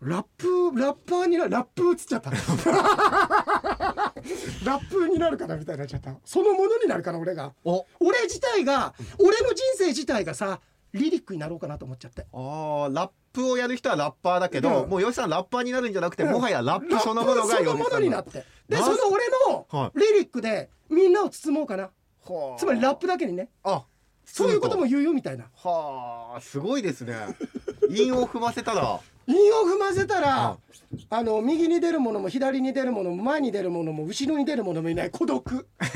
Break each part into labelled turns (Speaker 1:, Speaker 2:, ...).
Speaker 1: ラップラッパーになラップ映っちゃ ったラップになるかなみたいになっちゃったそのものになるかな俺が
Speaker 2: お
Speaker 1: 俺自体が俺の人生自体がさリリックになろうかなと思っちゃって
Speaker 2: あーラップをやる人はラッパーだけど、
Speaker 1: うん
Speaker 2: もう吉さんラッパーになるんじゃなくて、
Speaker 1: うん
Speaker 2: もはやラップそのものが
Speaker 1: ラップそのも
Speaker 2: 吉さ
Speaker 1: の
Speaker 2: ん
Speaker 1: になってで
Speaker 2: な
Speaker 1: そ
Speaker 2: ぜ
Speaker 1: の俺
Speaker 2: は
Speaker 1: のリリックでみんなを包もうかな
Speaker 2: はあ
Speaker 1: つまりラップだけにね
Speaker 2: あ
Speaker 1: そういうことも
Speaker 2: そう
Speaker 1: 言うよみたいな
Speaker 2: かはあすごいですね韻を踏ませたら
Speaker 1: 韻を踏ませたらあの右に出るものも左に出るものも前に出るものも後ろに出るものもいない孤独
Speaker 2: す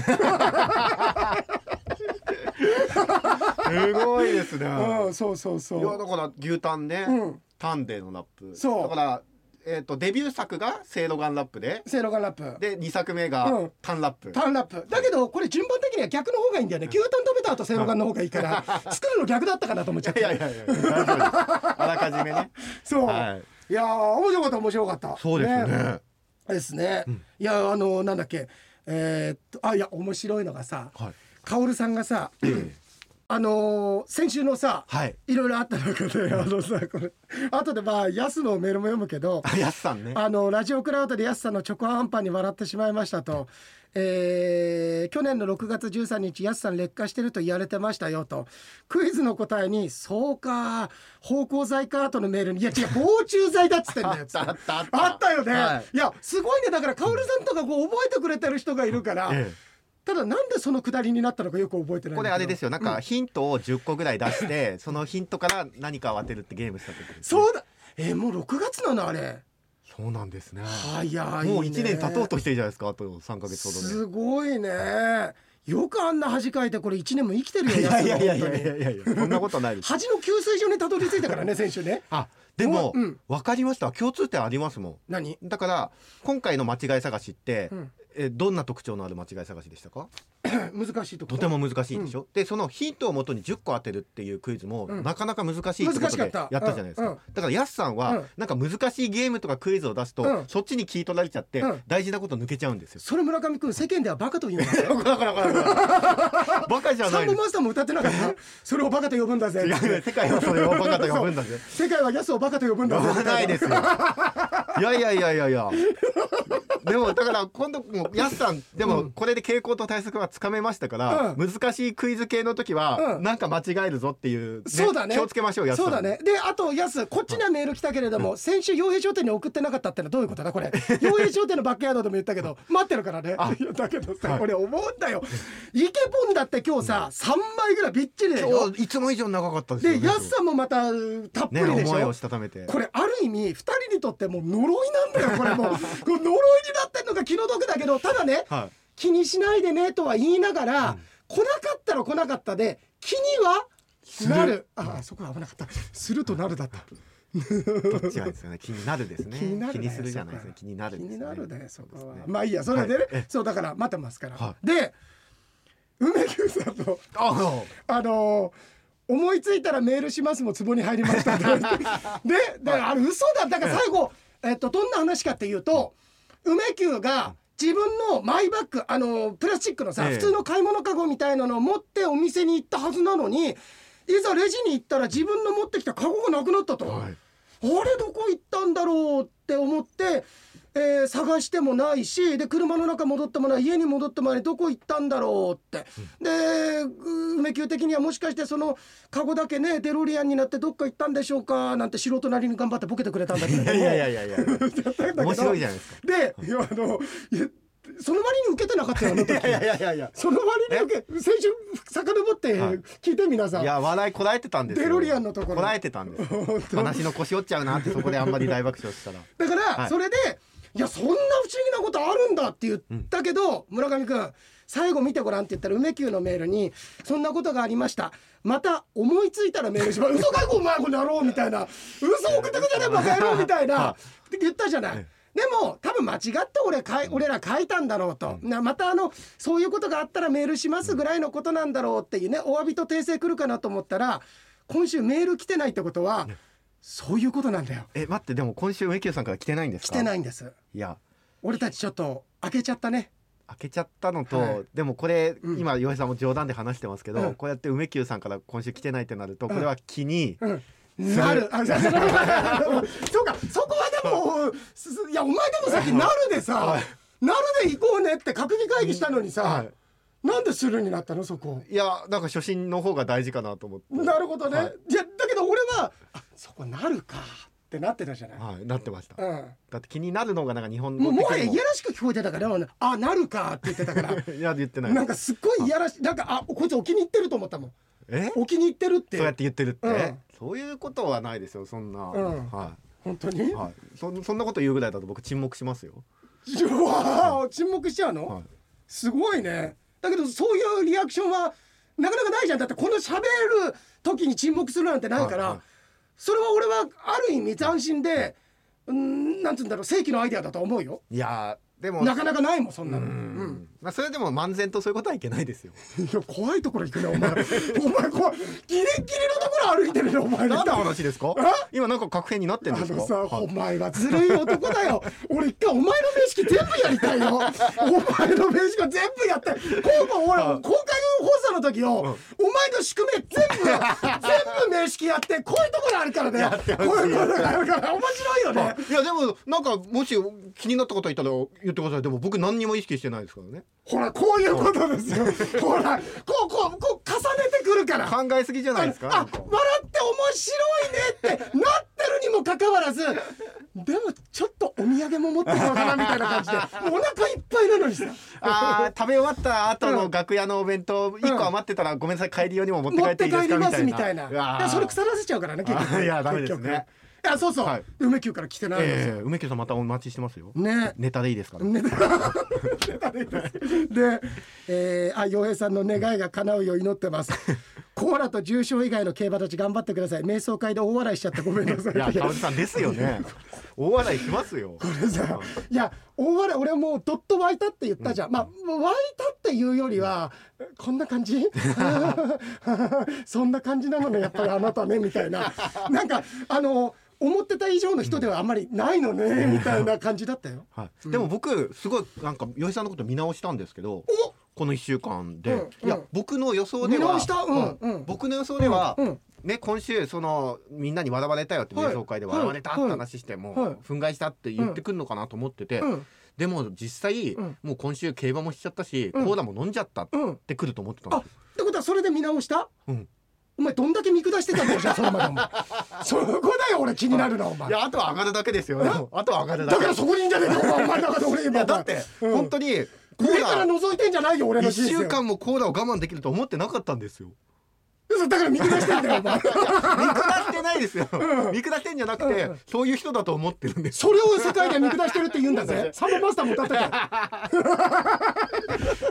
Speaker 2: ごいですね、
Speaker 1: うんそうそうそ
Speaker 2: いや
Speaker 1: う
Speaker 2: だから牛タンね、
Speaker 1: うん
Speaker 2: タンデーのラップ
Speaker 1: そう
Speaker 2: だから、えー、とデビュー作が「せいろがんラップで」
Speaker 1: セイロガンラップ
Speaker 2: で2作目が、
Speaker 1: うん
Speaker 2: タンラップ
Speaker 1: ターンラップだけどこれ順番的には逆の方がいいんだよね牛タン食べた後セイロガンの方がいい から作るの逆だったかなと思っちゃっ
Speaker 2: いや
Speaker 1: て
Speaker 2: いやいや大丈夫ですあらか じめね
Speaker 1: そう、、
Speaker 2: はい
Speaker 1: やー面白かった面白かったですね、いやあのなんだっけえーっとあいや面白いのがさ
Speaker 2: はい
Speaker 1: カオルさんがさ
Speaker 2: ええ
Speaker 1: あのー先週のさ、
Speaker 2: はい
Speaker 1: いろいろあった中であのさこれ後でまあ安のメールも読むけど
Speaker 2: あやすさんね
Speaker 1: あのラジオクラウドで安さんのチョコアンパンに笑ってしまいましたと、えー去年の6月13日安さん劣化してると言われてましたよとクイズの答えに「そうか芳香剤か」とのメールに「いや違う防虫剤だ」っつってんだよっつって
Speaker 2: あったあった
Speaker 1: あったよね、、
Speaker 2: はい
Speaker 1: やすごいねだからカオルさんとかこう覚えてくれてる人がいるから、
Speaker 2: ええ
Speaker 1: ただなんでそのくだりになったのかよく覚えてないん
Speaker 2: こ
Speaker 1: だけ
Speaker 2: れ
Speaker 1: ど
Speaker 2: あれですよなんかヒントを10個ぐらい出して、そのヒントから何かを当てるってゲームした時ですね
Speaker 1: そうだえーもう6月なのあれ
Speaker 2: そうなんですね
Speaker 1: 早いね
Speaker 2: もう1年経とうとしてるじゃないですかあと3か月ほど
Speaker 1: すごいねよくあんな恥かいてこれ1年も生きてるよ
Speaker 2: でいやいやいやい
Speaker 1: 安田
Speaker 2: や
Speaker 1: 本
Speaker 2: い
Speaker 1: 当に
Speaker 2: やいやいやそんなことはないです
Speaker 1: 恥の給水所にたどり着いたからね選手ね
Speaker 2: あでも、
Speaker 1: ううん
Speaker 2: 分かりました共通点ありますも
Speaker 1: 何
Speaker 2: んだから今回の間違い探しって、
Speaker 1: うん
Speaker 2: えどんな特徴のある間違い探しでしたか
Speaker 1: 難しいとこと
Speaker 2: ても難しいでしょ、でそのヒントをもとに10個当てるっていうクイズも、
Speaker 1: うん
Speaker 2: なかなか難しいってことで
Speaker 1: 難しかった
Speaker 2: やったじゃないですか、
Speaker 1: うんうん
Speaker 2: だからやすさんは、
Speaker 1: うん
Speaker 2: なんか難しいゲームとかクイズを出すと、
Speaker 1: うん
Speaker 2: そっちに聞い取られちゃって、
Speaker 1: うん
Speaker 2: 大事なこと抜けちゃうんですよ
Speaker 1: それ村上君世間ではバカと 言うんだよ
Speaker 2: だからだからだからバカじゃ
Speaker 1: サ
Speaker 2: な
Speaker 1: ン
Speaker 2: い
Speaker 1: ボ
Speaker 2: です
Speaker 1: マスターも歌ってなかったそれをバカと呼ぶんだぜ
Speaker 2: 違うね世界はそれをバカと呼ぶんだぜ
Speaker 1: 世界はヤスをバカと呼ぶんだ
Speaker 2: 呼
Speaker 1: ぜ
Speaker 2: ばない ですよいやいやいやいやいやでもだから今度もやすさんでもこれで傾向と対策はつかめましたから、
Speaker 1: う
Speaker 2: 難しいクイズ系の時は、
Speaker 1: うん
Speaker 2: なんか間違えるぞっていう、
Speaker 1: そうだね
Speaker 2: 気をつけましょうやすさん
Speaker 1: そうだねであとヤスこっちにはメール来たけれども先週傭兵商店に送ってなかったってのはどういうことだこ れ傭兵商店のバックヤードでも言ったけど待ってるからね
Speaker 2: あ
Speaker 1: いやだけど
Speaker 2: は
Speaker 1: さ
Speaker 2: い
Speaker 1: これ思うんだよイケボンだって今日さ3枚ぐらいびっちりだ
Speaker 2: 今
Speaker 1: よ
Speaker 2: 日いつも以上長かったですよね
Speaker 1: でヤスさんもまたたっぷ
Speaker 2: ね
Speaker 1: りでし
Speaker 2: 思い
Speaker 1: ょ
Speaker 2: をしたためて
Speaker 1: これある意味2人にとってもう呪いなんだよ これもうこう呪いになってんのが気の毒だけどただね
Speaker 2: は
Speaker 1: 気にしないでねとは言いながら、来なかったら来なかったで気にはなるああそこは危なかったするとなるだった
Speaker 2: いどっちがですよね気になるですね
Speaker 1: 気になるね
Speaker 2: するじゃないで
Speaker 1: そ
Speaker 2: すね
Speaker 1: こは
Speaker 2: 気になる
Speaker 1: 気
Speaker 2: ですね
Speaker 1: になるねそこは
Speaker 2: ですね
Speaker 1: まあいいやそれでね、
Speaker 2: はい
Speaker 1: そうだから待ってますから、
Speaker 2: は
Speaker 1: で梅木さんの
Speaker 2: ああ
Speaker 1: あのー思いついたらメールしますも壺に入りま したってでであれ嘘だだから最後、えっと、どんな話かっていうと梅久が自分のマイバッグあのープラスチックのさ、
Speaker 2: ええ
Speaker 1: 普通の買い物かごみたいなのを持ってお店に行ったはずなのにいざレジに行ったら自分の持ってきたかごがなくなったと。
Speaker 2: はい
Speaker 1: あれどこ行ったんだろうって思って、えー探してもないしで車の中戻ってもない家に戻ってもないどこ行ったんだろうって、でう梅宮的にはもしかしてそのカゴだけねデロリアンになってどっか行ったんでしょうかなんて素人なりに頑張ってボケてくれたんだけれ
Speaker 2: い
Speaker 1: ど
Speaker 2: や
Speaker 1: も
Speaker 2: いやいやいやいや
Speaker 1: だったんだけど
Speaker 2: 面白いじゃないですか
Speaker 1: でいやあのいやその割に受けてなかったよあの時
Speaker 2: いやいやいやいや
Speaker 1: その割に受け先週遡って
Speaker 2: はい
Speaker 1: 聞いて皆さん、
Speaker 2: いや笑いこらえてたんですよ
Speaker 1: デロリアンのところ
Speaker 2: こらえてたんですよ
Speaker 1: 本当
Speaker 2: 話の腰折っちゃうなってそこであんまり大爆 笑したら
Speaker 1: だから、
Speaker 2: はい
Speaker 1: それでいやそんな不思議なことあるんだって言ったけど、村上君最後見てごらんって言ったら梅宮のメールに「そんなことがありましたまた思いついたらメールします嘘かいこお前この野郎」みたいな「嘘送ってくじゃねえバカ野郎」みたいなって言ったじゃない。でも多分間違って俺かい俺ら書いたんだろうと、なまたあのそういうことがあったらメールしますぐらいのことなんだろうっていうねお詫びと訂正来るかなと思ったら今週メール来てないってことは、そういうことなんだよ
Speaker 2: え待ってでも今週梅キューさんから来てないんです
Speaker 1: 来
Speaker 2: か
Speaker 1: てないいんです。
Speaker 2: いや
Speaker 1: 俺たちちょっと開けちゃったね
Speaker 2: 開けちゃったのと、
Speaker 1: はい
Speaker 2: でもこれ、
Speaker 1: うん
Speaker 2: 今岩井さんも冗談で話してますけど、
Speaker 1: うん
Speaker 2: こうやって梅久さんから今週来てないってなると、これは気に、
Speaker 1: うんなるあじゃあ そうかそこはすすいやお前でも先なるでさ、
Speaker 2: はい
Speaker 1: なるで行こうねって閣議会議したのにさ、
Speaker 2: はい
Speaker 1: なんでスルーになったのそこ
Speaker 2: いやなんか初心の方が大事かなと思って
Speaker 1: なるほどね、
Speaker 2: はい
Speaker 1: い、やだけど俺はあそこなるかってなってたじゃない、
Speaker 2: はいなってました
Speaker 1: うん
Speaker 2: だって気になるのがなんか日本
Speaker 1: も
Speaker 2: 語
Speaker 1: う
Speaker 2: 的
Speaker 1: も
Speaker 2: に
Speaker 1: はやいやらしく聞こえてたから俺あなるかって言ってたから
Speaker 2: いや言って ない
Speaker 1: なんかすっごいいやらしいなんかあこいつお気に入ってると思ったもん
Speaker 2: え
Speaker 1: お気に入ってるって
Speaker 2: そうやって言ってるって、
Speaker 1: うん
Speaker 2: そういうことはないですよそんな、
Speaker 1: うん
Speaker 2: は
Speaker 1: 本当に、
Speaker 2: い、はい、そそんなこと言うぐらいだと僕沈黙しますよ、
Speaker 1: うわー 沈黙しちゃうの、
Speaker 2: はい、
Speaker 1: すごいねだけどそういうリアクションはなかなかないじゃんだってこの喋る時に沈黙するなんてないから、
Speaker 2: はいはい
Speaker 1: それは俺はある意味斬新で、うん、なんつうんだろう正規のアイデアだと思うよ
Speaker 2: いやーでも
Speaker 1: なかなかないもんそんなの
Speaker 2: う
Speaker 1: うん
Speaker 2: ん、まあ、それでも漫然とそういうことはいけな いですよ
Speaker 1: いや怖いところ行くねお前お前怖いギリギリのところ歩いてるねお前
Speaker 2: 何の話ですか今なんか確変になってるん
Speaker 1: あ
Speaker 2: ですか
Speaker 1: のさ、
Speaker 2: はい
Speaker 1: お前はずるい男だよ。 俺一回お前の名式全部やり たいよ。お前の名式を全部やったい。今後俺公開放送の時よ、お前の宿命全 部全部名式やってこういうところあるからね。こういうところがあるから面白いよね。
Speaker 2: いやでもなんかもし気になったこといたら言ってくださいでも僕何にも意識してないですからね
Speaker 1: ほらこういうことですよ。ほらこうこうこう重ねてくるから。
Speaker 2: 考えすぎじゃないですか
Speaker 1: あ
Speaker 2: な
Speaker 1: あ
Speaker 2: んか
Speaker 1: 笑って面白いねってなってるにもかかわらずでもちょっとお土産も持ってるのかなみたいな感じでもうお腹いっぱいなのにさ
Speaker 2: あー食べ終わった後の楽屋のお弁当一個余ってたらごめんなさい帰り用にも持って
Speaker 1: 持
Speaker 2: 帰
Speaker 1: っ
Speaker 2: って
Speaker 1: て
Speaker 2: いいで
Speaker 1: 帰
Speaker 2: す
Speaker 1: り
Speaker 2: か
Speaker 1: ますみたいな
Speaker 2: うわー
Speaker 1: いやそれ腐らせちゃうからね結
Speaker 2: あ
Speaker 1: 局
Speaker 2: ーいやダメですね
Speaker 1: 結局いやそうそう、
Speaker 2: はい
Speaker 1: 梅球から来てないのですよ、
Speaker 2: ええ梅木さんまたお待ちしてますよ
Speaker 1: ね
Speaker 2: ネタでいいですから、
Speaker 1: ねで、えー、あ洋平さんの願いが叶うよう祈ってます。コーラと重症以外の競馬たち頑張ってください。瞑想会で大笑いしちゃってごめんなさい。
Speaker 2: いや田淵さんですよね大笑いしますよ
Speaker 1: これさいや大笑い俺はもうどっと湧いたって言ったじゃん、まあもう湧いたっていうよりはこんな感 じそんな感じなのねやっぱりあなたねみたいななんかあの思ってた以上の人ではあんまりないのねみたいな感じだったよ。
Speaker 2: はい、でも僕すごいなんか吉井さんのこと見直したんですけど
Speaker 1: お
Speaker 2: この1週間で、
Speaker 1: うん
Speaker 2: いや
Speaker 1: うん
Speaker 2: 僕の予想では
Speaker 1: 見直したうん
Speaker 2: はい
Speaker 1: うん
Speaker 2: 僕の予想では、
Speaker 1: うんうん
Speaker 2: ね、今週そのみんなに笑われたよって
Speaker 1: はい
Speaker 2: 瞑想会で笑われたって話して、もう
Speaker 1: はい
Speaker 2: 憤慨したって言ってくるのかなと思ってて、
Speaker 1: うん
Speaker 2: でも実際、
Speaker 1: うん
Speaker 2: もう今週競馬もしちゃったし、
Speaker 1: うん
Speaker 2: コーラも飲んじゃったっ
Speaker 1: うん、って
Speaker 2: くると思ってたんですよ。
Speaker 1: ことはそれで見直した
Speaker 2: うん
Speaker 1: お前どんだけ見下してたんだよじゃあそれまでお前そこだよ俺気になるなお前
Speaker 2: い
Speaker 1: だ
Speaker 2: やあとは上がるだけですよ。でもあとは上がるだけ。
Speaker 1: からそこにいんじゃねえかお前お前だから俺今
Speaker 2: いやだって、
Speaker 1: うん
Speaker 2: 本当にコ
Speaker 1: 上から
Speaker 2: ーラ
Speaker 1: 覗いてんじゃないよ俺の
Speaker 2: 一
Speaker 1: 人生を
Speaker 2: 週間もコーラを我慢できると思ってなかったんですよ。
Speaker 1: 嘘だから見下してんだよお前
Speaker 2: 見下してないですよ。見下してんじゃなくて、そういう人だと思ってるんです。
Speaker 1: それを世界で見下してるって言うんだぜ サンボマスターも歌ってたよ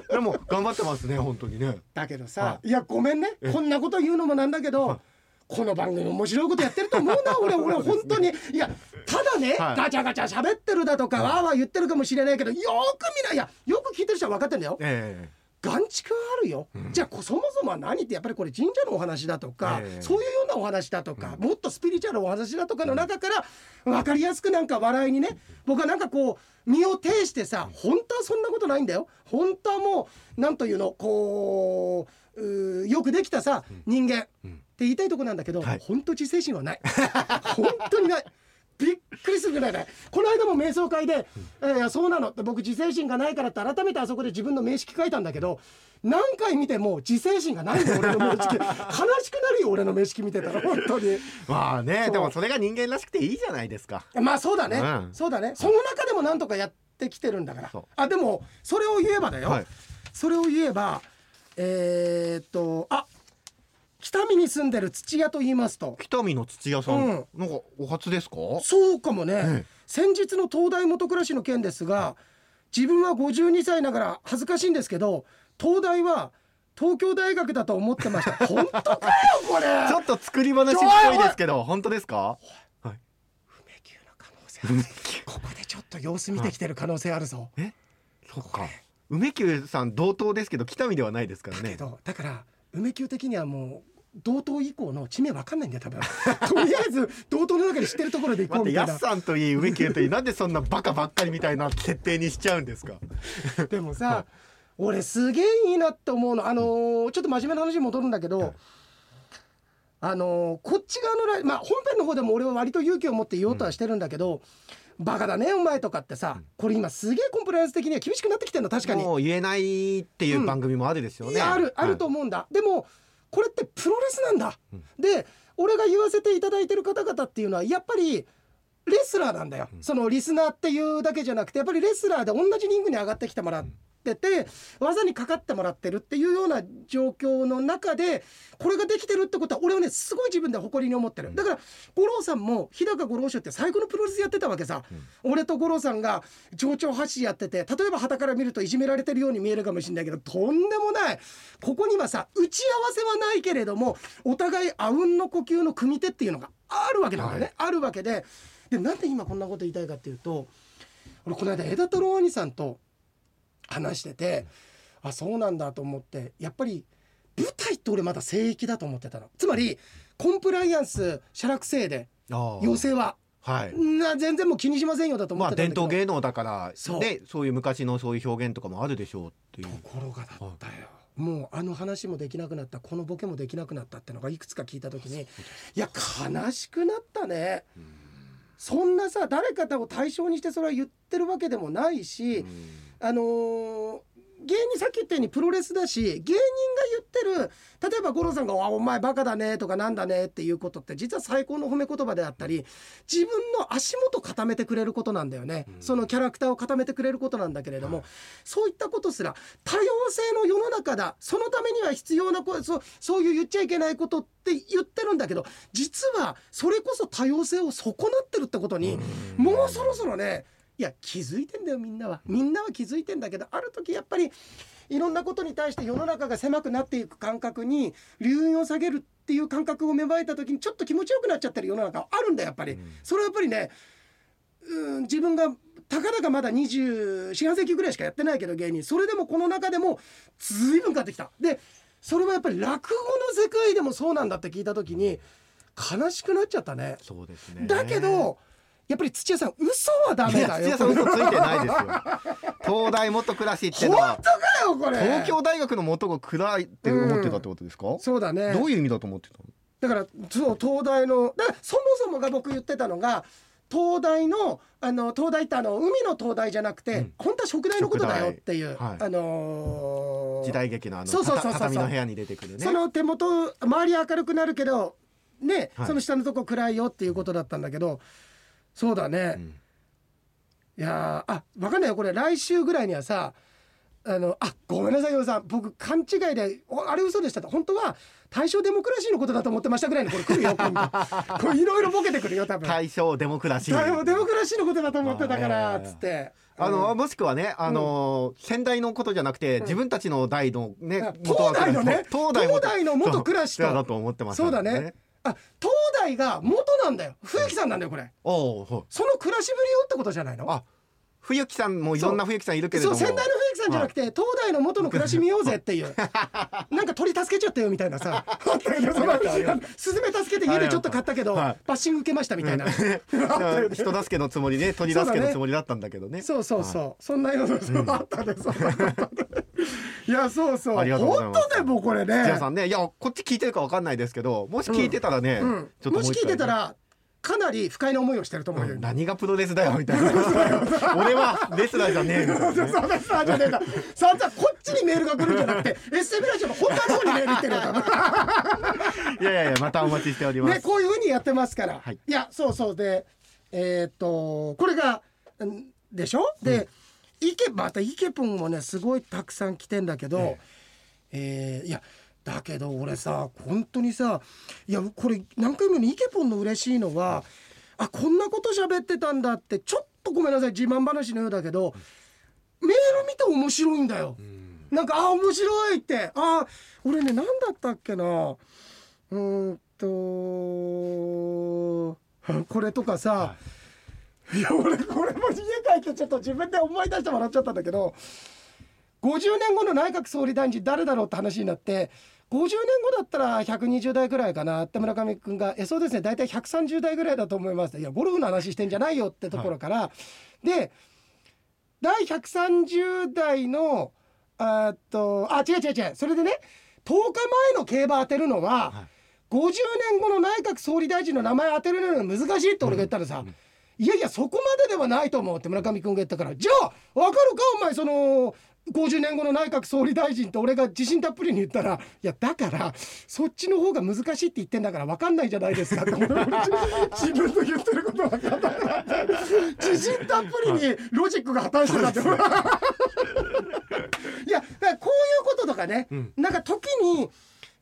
Speaker 2: でも頑張ってますね本当にね。
Speaker 1: だけど
Speaker 2: はい
Speaker 1: さいやごめんねこんなこと言うのもなんだけどこの番組面白いことやってると思うな 俺俺本当にいやただね、
Speaker 2: はい
Speaker 1: ガチャガチャ喋ってるだとか、わーわー言ってるかもしれないけどよーく見ないいやよく聞いてる人は分かってんだよ
Speaker 2: え
Speaker 1: 眼蓄あるよ、じゃあこそもそもは何ってやっぱりこれ神社のお話だとか、
Speaker 2: ええ
Speaker 1: そういうようなお話だとか、もっとスピリチュアルなお話だとかの中から分かりやすくなんか笑いにね僕はなんかこう身を挺してさ本当はそんなことないんだよ本当はもうなんというのこううーよくできたさ人間って言いたいとこなんだけど、
Speaker 2: はい
Speaker 1: 本当自制心はない本当にない。びっくりするぐらいないこの間も瞑想会で「えーそうなの」って僕自制心がないからって改めてあそこで自分の名式書いたんだけど何回見ても自制心がないんだよ俺の名 式悲しくなるよ俺の名式見てたら本当に
Speaker 2: えまあね
Speaker 1: そう
Speaker 2: でもそれが人間らしくていいじゃないですか。
Speaker 1: まあそうだね、
Speaker 2: うん
Speaker 1: そうだねその中でもなんとかやってきてるんだから
Speaker 2: そう
Speaker 1: あでもそれを言えばだよ、
Speaker 2: はい
Speaker 1: それを言えばえー、っとあ北見に住んでる土屋と言いますと
Speaker 2: 北見の土屋さん、
Speaker 1: うん
Speaker 2: なんかお初ですか？
Speaker 1: そうかもね、
Speaker 2: ええ
Speaker 1: 先日の東大元暮らしの件ですが自分は52歳ながら恥ずかしいんですけど東大は東京大学だと思ってました 本当かよこれ
Speaker 2: ちょっと作り話っぽいですけど本当ですか？はい。
Speaker 1: 不明級の可能性あるここでちょっと様子見てきてる可能性あるぞ、
Speaker 2: そっか。梅久さん同等ですけど北見ではないですから
Speaker 1: だけ
Speaker 2: ね。
Speaker 1: どだから梅級的にはもう同等以降の地名わかんないんだよ多分とりあえず同等の中で知ってるところで行こ
Speaker 2: 待っ
Speaker 1: う
Speaker 2: て
Speaker 1: みた
Speaker 2: や
Speaker 1: いな
Speaker 2: すさんといい梅久といいなんでそんなバカばっかりみたいな設定にしちゃうんですか？
Speaker 1: でもさ俺すげえいいなって思うのあのーちょっと真面目な話に戻るんだけど、あのーこっち側のライまあ本編の方でも俺は割と勇気を持って言おうとはしてるんだけど、バカだねお前とかってさこれ今すげえコンプライアンス的には厳しくなってきてんの確かに、
Speaker 2: もう言えないっていう番組もあるですよ
Speaker 1: い
Speaker 2: ね。
Speaker 1: やあるあると思うんだ、でもこれってプロレスなんだ、で俺が言わせていただいてる方々っていうのはやっぱりレスラーなんだよ、そのリスナーっていうだけじゃなくてやっぱりレスラーで同じリングに上がってきてもらってて、技にかかってもらってるっていうような状況の中でこれができてるってことは俺はねすごい自分で誇りに思ってる、だから五郎さんも日高五郎賞って最高のプロレスやってたわけさ、俺と五郎さんが上長橋やってて例えば傍から見るといじめられてるように見えるかもしれないけどとんでもないここにはさ打ち合わせはないけれどもお互いあうんの呼吸の組み手っていうのがあるわけなんだよね、あるわけででなんで今こんなこと言いたいかっていうと俺この間枝太郎兄さんと話してて、あそうなんだと思ってやっぱり舞台って俺まだ聖域だと思ってたのつまりコンプライアンス写楽制で
Speaker 2: ああ
Speaker 1: 要請は
Speaker 2: はい。
Speaker 1: な全然もう気にしませんよだと思
Speaker 2: ま
Speaker 1: っ
Speaker 2: あ
Speaker 1: てたんだ
Speaker 2: 伝
Speaker 1: けど、
Speaker 2: 統芸能だから
Speaker 1: そう
Speaker 2: ねそういう昔のそういう表現とかもあるでしょうっていう。
Speaker 1: ところがだったよ、もうあの話もできなくなったこのボケもできなくなったってのがいくつか聞いた時にいや悲しくなったねそんなさ誰かを対象にしてそれは言ってるわけでもないし、あのー芸人さっき言ったようにプロレスだし芸人が言ってる例えば五郎さんが「あお前バカだね」とか「なんだね」っていうことって実は最高の褒め言葉であったり自分の足元固めてくれることなんだよね、そのキャラクターを固めてくれることなんだけれども、そういったことすら多様性の世の中だそのためには必要なこそうそういう言っちゃいけないことって言ってるんだけど実はそれこそ多様性を損なってるってことに、もうそろそろねいや気づいてんだよみんなはみんなは気づいてんだけどある時やっぱりいろんなことに対して世の中が狭くなっていく感覚に流飲を下げるっていう感覚を芽生えた時にちょっと気持ちよくなっちゃってる世の中はあるんだよやっぱり、それはやっぱりねうん自分がたかだかまだ24世紀ぐらいしかやってないけど芸人それでもこの中でも随分変わってきたでそれはやっぱり落語の世界でもそうなんだって聞いた時に悲しくなっちゃったね。
Speaker 2: そうですね。
Speaker 1: だけどやっぱり土屋さん嘘はダ
Speaker 2: い
Speaker 1: メ
Speaker 2: や
Speaker 1: だ
Speaker 2: 土
Speaker 1: よ
Speaker 2: 屋さん嘘ついてない ですよ。東大元暮らしって
Speaker 1: 本
Speaker 2: の
Speaker 1: 当
Speaker 2: は
Speaker 1: かよこれ
Speaker 2: 東京大学の元が暗いって思ってたってことですか？
Speaker 1: そうだね
Speaker 2: どういう意味だと思ってたの？
Speaker 1: だからそう東大のだからそもそもが僕言ってたのが東大のあの東大ってあの海の東大じゃなくて、本当は食大のことだよっていう、
Speaker 2: 食大はい
Speaker 1: あのー
Speaker 2: 時代劇のあの
Speaker 1: そうそうそうそう
Speaker 2: た畳の部屋に出てくるね
Speaker 1: そ。の手元周り明るくなるけどね、
Speaker 2: はい
Speaker 1: その下のとこ暗いよっていうことだったんだけどそうだね、
Speaker 2: ん
Speaker 1: いやーあ分かんないよこれ来週ぐらいにはさあのあごめんなさいヨウさん僕勘違いでおあれ嘘でしたと本当は大正デモクラシーのことだと思ってましたぐらいにこれ来る よ今度これいろいろボケてくるよ多分
Speaker 2: 大正デモクラシー。
Speaker 1: 大正デモクラシーのことだと思ってたから
Speaker 2: あー
Speaker 1: つって
Speaker 2: あのもしくはね、あの先代のことじゃなくて、自分たちの代のね、元
Speaker 1: 東
Speaker 2: は
Speaker 1: 大のね
Speaker 2: 東大元
Speaker 1: 東大の元暮らしと
Speaker 2: そうだと思ってました
Speaker 1: そ
Speaker 2: ね、
Speaker 1: うだねあ東大が元なんだよ冬木さんなんだよこれ
Speaker 2: おお、はい
Speaker 1: その暮らしぶりをってことじゃないの
Speaker 2: あ、冬木さんもいろんな冬木さんいるけれど
Speaker 1: そう
Speaker 2: も、
Speaker 1: 先代の冬木さんじゃなくて、東大の元の暮らし見ようぜっていう なんか鳥助けちゃったよみたいなさあったよねそのスズメ助けて家でちょっと買ったけど、
Speaker 2: はい
Speaker 1: バッシング受けましたみたいな
Speaker 2: うん人助けのつもりで、鳥助けのつもりだったんだけど ね。
Speaker 1: そうそうそう、そんなようなそうあったね、そうあったね いやそうそう
Speaker 2: ありがとうございます
Speaker 1: 本当でもうこれ
Speaker 2: 土
Speaker 1: ね
Speaker 2: 屋さんね、いや、こっち聞いてるかわかんないですけど、もし聞いてたらね、
Speaker 1: うん
Speaker 2: ちょっ
Speaker 1: も
Speaker 2: とう
Speaker 1: し
Speaker 2: 一回
Speaker 1: 聞いてた。らかなり不快な思いをしてると思うよ、
Speaker 2: 何がプロレスだよみたいな俺はレスラーじゃねえみたいなね
Speaker 1: そうだそうじゃねえんだ。さんざんこっちにメールが来るんじゃなくて、SM ラジオの本田の方にメール行ってるよ。
Speaker 2: いやいやいやまたお待ちしております、
Speaker 1: ね、こういうふうにやってますから、
Speaker 2: はい
Speaker 1: い、やそうそうでえーっとこれがんでしょ、でイケまたイケポンもねすごいたくさん来てんだけど、えーいやだけど俺さ本当にさいやこれ何回も言うようにイケポンの嬉しいのはあこんなこと喋ってたんだってちょっとごめんなさい自慢話のようだけど、メール見て面白いんだよ。なんかあー面白いってあー俺ね何だったっけなうーんとこれとかさ、い、や俺これも家帰ってちょっと自分で思い出して笑っちゃったんだけど50年後の内閣総理大臣誰だろうって話になって50年後だったら120代ぐらいかなって村上君が「えそうですね大体130代ぐらいだと思います」いやゴルフの話してんじゃないよ」ってところから、で第130代のあーっとあ違う違う違うそれでね10日前の競馬当てるのは、 50年後の内閣総理大臣の名前当てられるの難しいって俺が言ったらさ、いやいやそこまでではないと思うって村上君が言ったからじゃあ分かるかお前その50年後の内閣総理大臣って俺が自信たっぷりに言ったら「いやだからそっちの方が難しいって言ってんだから分かんないじゃないですか」って俺は自自分の言ってること分かんなくなって自信たっぷりにロジックが破綻してたって俺は。いやだからこういうこととかね、なんか時に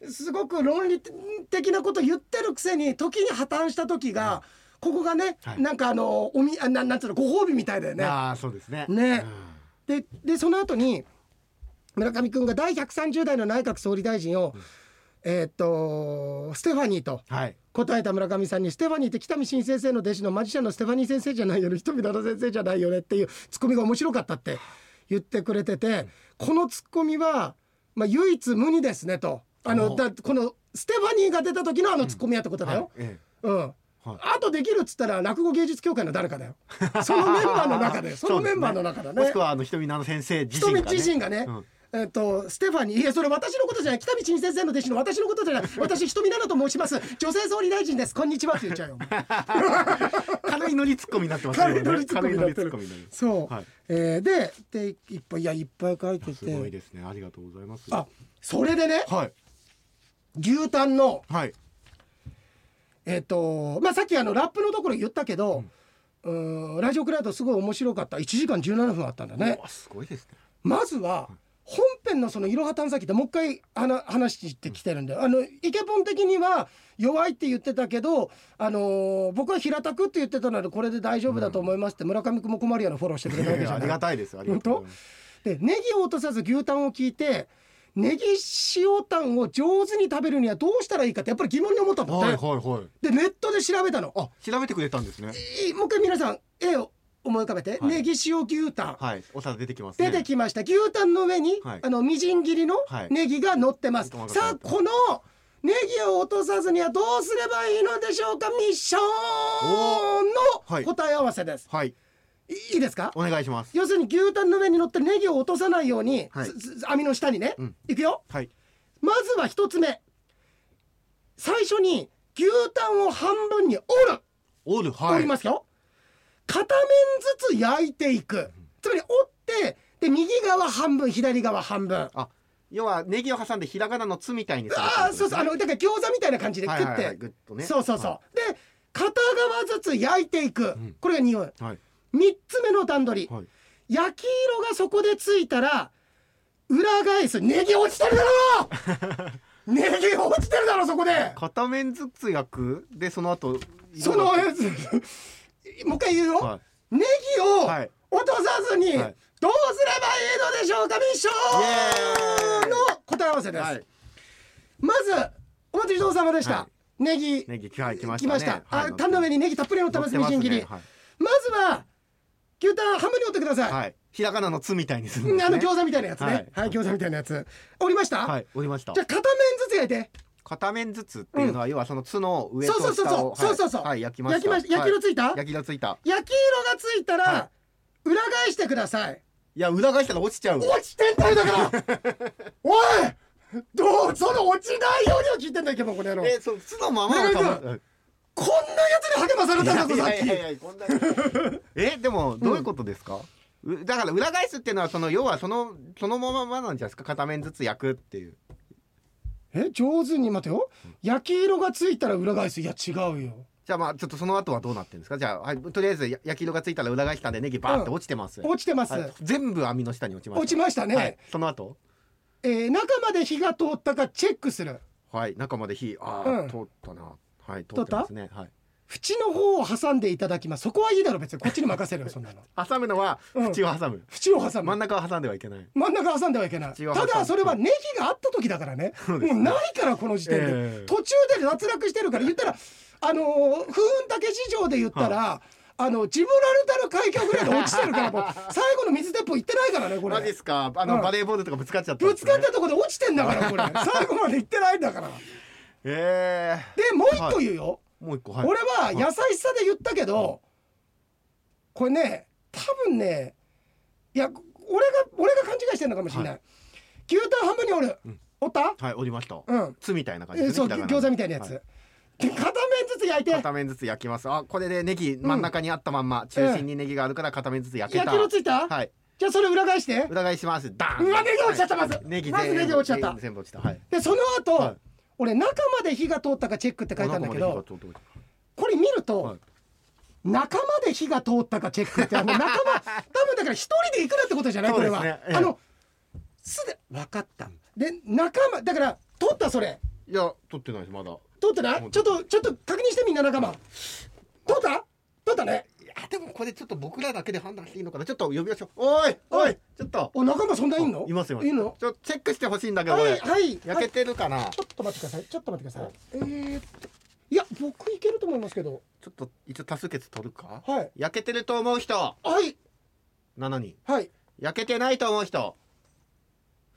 Speaker 1: すごく論理的なこと言ってるくせに時に破綻した時が、ここがね、
Speaker 2: はい
Speaker 1: なんかあのおみあななんつうのご褒美みたいだよね。
Speaker 2: ああそうですね
Speaker 1: ねででその後に村上君が第130代の内閣総理大臣を、えーっとステファニーと
Speaker 2: うんはい
Speaker 1: 答えた村上さんに「ステファニーって北見新先生の弟子のマジシャンのステファニー先生じゃないよね人見奈良先生じゃないよね」っていうツッコミが面白かったって言ってくれててこのツッコミは、まあ、唯一無二ですねとあの
Speaker 2: お
Speaker 1: だこのステファニーが出た時のあのツッコミやってことだよ。
Speaker 2: はいえ
Speaker 1: うん
Speaker 2: はい
Speaker 1: あとできるっつったら落語芸術協会の誰かだよそのメンバーの 中でそのメンバーの中だ
Speaker 2: え
Speaker 1: ね
Speaker 2: もしくはあの瞳のあの先生自
Speaker 1: 人
Speaker 2: 身
Speaker 1: 見
Speaker 2: がね
Speaker 1: 自身がね、
Speaker 2: うん
Speaker 1: えっと、ステファニー、いや、それ私のことじゃない、北見陳先生の弟子の私のことじゃな い、私、瞳奈々と申します、女性総理大臣です、こんにちはって言っ ちゃうよ。
Speaker 2: 軽いノリツッコミになってます
Speaker 1: 軽いノリツッコミになってる
Speaker 2: 軽いノリツッコミになります
Speaker 1: そう、
Speaker 2: はい
Speaker 1: えーで、で、いっぱい、いや、いっぱい書いて
Speaker 2: すごい
Speaker 1: て。
Speaker 2: ですねありがとうございます
Speaker 1: あ、それでね、
Speaker 2: はい
Speaker 1: 牛タンの、
Speaker 2: はい
Speaker 1: えっ、と、まあ、さっき、あの、ラップのところ言ったけど。うーんラジオクラウドすごい面白かった1時間17分あったんだね
Speaker 2: うわすごいですね
Speaker 1: まずは本編のそのいろは探査機ってもう一回話話してきてるんで、あのイケポン的には弱いって言ってたけど、あのー僕は平たくって言ってたのでこれで大丈夫だと思いますって村上君も困るようなフォローしてくれたわけじゃ
Speaker 2: あ
Speaker 1: な
Speaker 2: り
Speaker 1: い。
Speaker 2: がたいですありがとうございます
Speaker 1: でネギを落とさず牛タンを聞いてネギ塩タンを上手に食べるにはどうしたらいいかってやっぱり疑問に思ったもん
Speaker 2: は
Speaker 1: ね。
Speaker 2: いはいはい
Speaker 1: でネットで調べたの。
Speaker 2: あ調べてくれたんですね
Speaker 1: いいもう一回皆さん絵を思い浮かべて、
Speaker 2: はい
Speaker 1: ネギ塩牛タン。
Speaker 2: はいお皿出てきますね
Speaker 1: 出てきました牛タンの上に、
Speaker 2: はい
Speaker 1: あのみじん切りの
Speaker 2: はい
Speaker 1: ネギが乗ってます、
Speaker 2: 細かく
Speaker 1: さあこのネギを落とさずにはどうすればいいのでしょうかミッショ
Speaker 2: おは
Speaker 1: ンの
Speaker 2: い
Speaker 1: 答え合わせです、
Speaker 2: はい
Speaker 1: い、いいですか
Speaker 2: お願いします
Speaker 1: 要するに牛タンの上に乗ってるネギを落とさないように、
Speaker 2: はい
Speaker 1: すす網の下にね、
Speaker 2: うん
Speaker 1: いくよ
Speaker 2: はい
Speaker 1: まずは一つ目最初に牛タンを半分に折る
Speaker 2: おるは
Speaker 1: 折
Speaker 2: い
Speaker 1: りますよ片面ずつ焼いていくつまり折ってで右側半分左側半分
Speaker 2: あ要はネギを挟んでひらがなの「つ」みたいにする
Speaker 1: ああそうそうあ
Speaker 2: の
Speaker 1: のだから餃子みたいな感じで食って、
Speaker 2: はいはいはいグッとね
Speaker 1: そうそうそう、
Speaker 2: は
Speaker 1: で片側ずつ焼いていく、
Speaker 2: ん
Speaker 1: これが匂い
Speaker 2: はい
Speaker 1: 3つ目の段取り、
Speaker 2: はい
Speaker 1: 焼き色がそこでついたら裏返すネギ落ちてるだろ ネギ落ちてるだろそこで
Speaker 2: 片面ずつ焼くでその後
Speaker 1: そのも
Speaker 2: は
Speaker 1: う
Speaker 2: い
Speaker 1: 一回言うよ、
Speaker 2: はい
Speaker 1: ネギを
Speaker 2: はい
Speaker 1: 落とさずに、
Speaker 2: はい
Speaker 1: どうすればいいのでしょうかミッションの答え合わせです、まずお待ちどうさまでした、
Speaker 2: は
Speaker 1: ネギ
Speaker 2: ネギはい来まし
Speaker 1: 来
Speaker 2: た
Speaker 1: ま
Speaker 2: ね
Speaker 1: した、
Speaker 2: はい
Speaker 1: あタンの上にネギたっぷり乗ってますみじん切り、
Speaker 2: 乗ってますね
Speaker 1: まずは牛タン半分に折ってください、
Speaker 2: はいはいひらがなの「つ」みたいにするん
Speaker 1: う
Speaker 2: で
Speaker 1: ん
Speaker 2: す
Speaker 1: あ
Speaker 2: ね
Speaker 1: の餃子みたいなやつねは
Speaker 2: はいい、
Speaker 1: 餃子みたいなやつ折りました、
Speaker 2: はい折りました
Speaker 1: じゃあ片面ずつ焼いて
Speaker 2: 片面ずつっていうのは要はその「つ」の上と
Speaker 1: そうそうそう
Speaker 2: 下を
Speaker 1: そうそう
Speaker 2: はい
Speaker 1: そうそう
Speaker 2: はい焼きまし
Speaker 1: 焼
Speaker 2: た
Speaker 1: きまし焼き色ついた
Speaker 2: は焼き色ついた
Speaker 1: 焼き色がついたら、
Speaker 2: は
Speaker 1: 裏返してください
Speaker 2: いや裏返したら落ちちゃう
Speaker 1: 落ちてんだよだから おいどうその落ちないようには聞いてんだよケモンこの野郎
Speaker 2: えその「つ」のままの
Speaker 1: 中居君
Speaker 2: ま
Speaker 1: こんなやつに励まされ
Speaker 2: い
Speaker 1: たん
Speaker 2: やい
Speaker 1: だぞさっ
Speaker 2: や
Speaker 1: き
Speaker 2: いやいやこんなえでもどういうことですか、うだから裏返すっていうのはその要はそのそのままなんじゃないですか片面ずつ焼くっていう
Speaker 1: え上手に待てよ焼き色がついたら裏返すいや違うよ
Speaker 2: じゃあまあちょっとその後はどうなってるんですかじゃあ、はい、とりあえずや焼き色がついたら裏返したんでネギバーって落ちてます、
Speaker 1: 落ちてます、
Speaker 2: はい全部網の下に落ちました
Speaker 1: 落ちましたね、
Speaker 2: はい、その後
Speaker 1: えー中まで火が通ったかチェックする
Speaker 2: はい中まで火あー、
Speaker 1: うん
Speaker 2: 通ったなはい通ってますねはい
Speaker 1: 縁の方を挟んでいただきますそこはいいだろ別にこっちに任せるよそんなの
Speaker 2: 挟むのは
Speaker 1: うん
Speaker 2: 縁を挟む、
Speaker 1: 縁を挟
Speaker 2: 真ん
Speaker 1: む
Speaker 2: 中は挟んではいけない
Speaker 1: 真ん中挟んではいけない
Speaker 2: 縁を
Speaker 1: た
Speaker 2: 挟む
Speaker 1: だそれはネギがあった時だからね
Speaker 2: そうです
Speaker 1: も
Speaker 2: ね
Speaker 1: うないからこの時点で、
Speaker 2: ええ
Speaker 1: 途中で脱落してるから言ったらあのー、風雲竹市場で言ったら、あのジブラルタル海峡ぐらいで落ちてるからも う最後の水鉄砲行ってないからねこれ
Speaker 2: マジですかあの、
Speaker 1: うん
Speaker 2: バレーボールとかぶつかっちゃったん
Speaker 1: ぶ
Speaker 2: で
Speaker 1: つ
Speaker 2: すね、
Speaker 1: かったとこで落ちてんだからこれ最後まで行ってないんだからで
Speaker 2: え
Speaker 1: もう一個言うよ、
Speaker 2: ー、もう一個はい
Speaker 1: 俺は優しさで言ったけど、これね多分ねいや俺が俺が勘違いしてるのかもしれない、牛タン半分に折る、おった
Speaker 2: はい折りました
Speaker 1: うん
Speaker 2: つみたいな感じ
Speaker 1: え
Speaker 2: です
Speaker 1: そう
Speaker 2: ねひらがな
Speaker 1: 餃子みたいなやつ、
Speaker 2: は
Speaker 1: で片面ずつ焼いて
Speaker 2: 片面ずつ焼きますあこれでネギ真ん中にあったまんま、中心にネギがあるから片面ずつ焼けた
Speaker 1: 焼き色ついた、
Speaker 2: はい
Speaker 1: じゃあそれ裏返して
Speaker 2: 裏返しますダーン
Speaker 1: うわネギ落ちちゃったまず
Speaker 2: はいネギ
Speaker 1: まず
Speaker 2: 全部
Speaker 1: ネギ落ちちゃった
Speaker 2: 全部落ちたはい
Speaker 1: でその後、
Speaker 2: はい
Speaker 1: 俺中まで火が通ったかチェックって書いたんだけど
Speaker 2: 中まで火が通って
Speaker 1: これ見ると、
Speaker 2: はい
Speaker 1: 中まで火が通ったかチェックってあの 仲間多分だから一人でいくらってことじゃないこれは、
Speaker 2: そうですねええ
Speaker 1: あのすで分かったで仲間だから通ったそれ
Speaker 2: いや取ってないですまだ
Speaker 1: 通ってないちょっとちょっと確認してみんな仲間通った通ったね
Speaker 2: いやでもこれちょっと僕らだけで判断していいのかなちょっと呼びましょうおいお
Speaker 1: はい
Speaker 2: いちょっと
Speaker 1: お仲間そんないんの
Speaker 2: いますよ
Speaker 1: いの
Speaker 2: ちょっとチェックしてほしいんだけど
Speaker 1: はい
Speaker 2: 俺
Speaker 1: はい
Speaker 2: 焼けてるかな
Speaker 1: ちょっと待ってください。ちょっと待ってください。えーっと、いや、僕いけると思いますけど。
Speaker 2: ちょっと一応多数決取るか
Speaker 1: はい。
Speaker 2: 焼けてると思う人
Speaker 1: はい。
Speaker 2: 7人
Speaker 1: はい。
Speaker 2: 焼けてないと思う人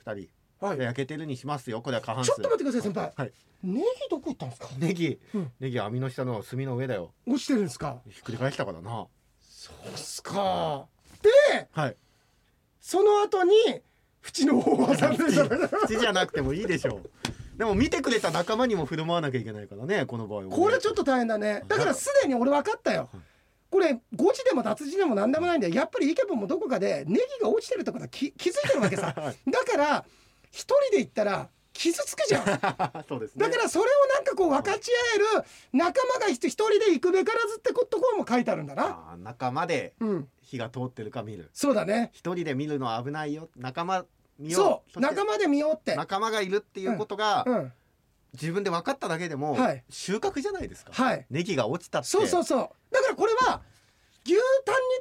Speaker 2: 2人
Speaker 1: はい。
Speaker 2: いや焼けてるにしますよこれは過半
Speaker 1: ち
Speaker 2: 数
Speaker 1: ょっと待ってください、先輩。
Speaker 2: はい
Speaker 1: ネギどこ行ったんですか
Speaker 2: ネギ、
Speaker 1: うん
Speaker 2: ネギは網の下の炭の上だよ
Speaker 1: 落ちてるんですか
Speaker 2: ひっくり返したからな
Speaker 1: そうっすか。で、
Speaker 2: はい
Speaker 1: その後に、縁の方は残念だ な
Speaker 2: 土じゃなくてもいいでしょうでも見てくれた仲間にも振る舞わなきゃいけないからねこの場合はね
Speaker 1: これちょっと大変だね。だからすでに俺分かったよ。これ誤字でも脱字でも何でもないんだよやっぱりイケボンもどこかでネギが落ちてるところ気気づいてるわけさ
Speaker 2: はい
Speaker 1: だから一人で行ったら傷つくじゃん
Speaker 2: そうです ね
Speaker 1: だからそれをなんかこう分かち合える仲間が一人で行くべからずってこところも書いてあるんだな。
Speaker 2: あー仲間で
Speaker 1: うん、
Speaker 2: 火が通ってるか見る
Speaker 1: そうだね。
Speaker 2: 一人で見るのは危ないよ仲間見
Speaker 1: そ
Speaker 2: よ
Speaker 1: う、仲
Speaker 2: 間
Speaker 1: 間で見ようって。
Speaker 2: 仲間がいるっていうことが、
Speaker 1: うん、
Speaker 2: 自分で分かっただけでも、
Speaker 1: はい
Speaker 2: 収穫じゃないですか、
Speaker 1: はい。
Speaker 2: ネギが落ちたって
Speaker 1: そうそうそう。だからこれは牛タンに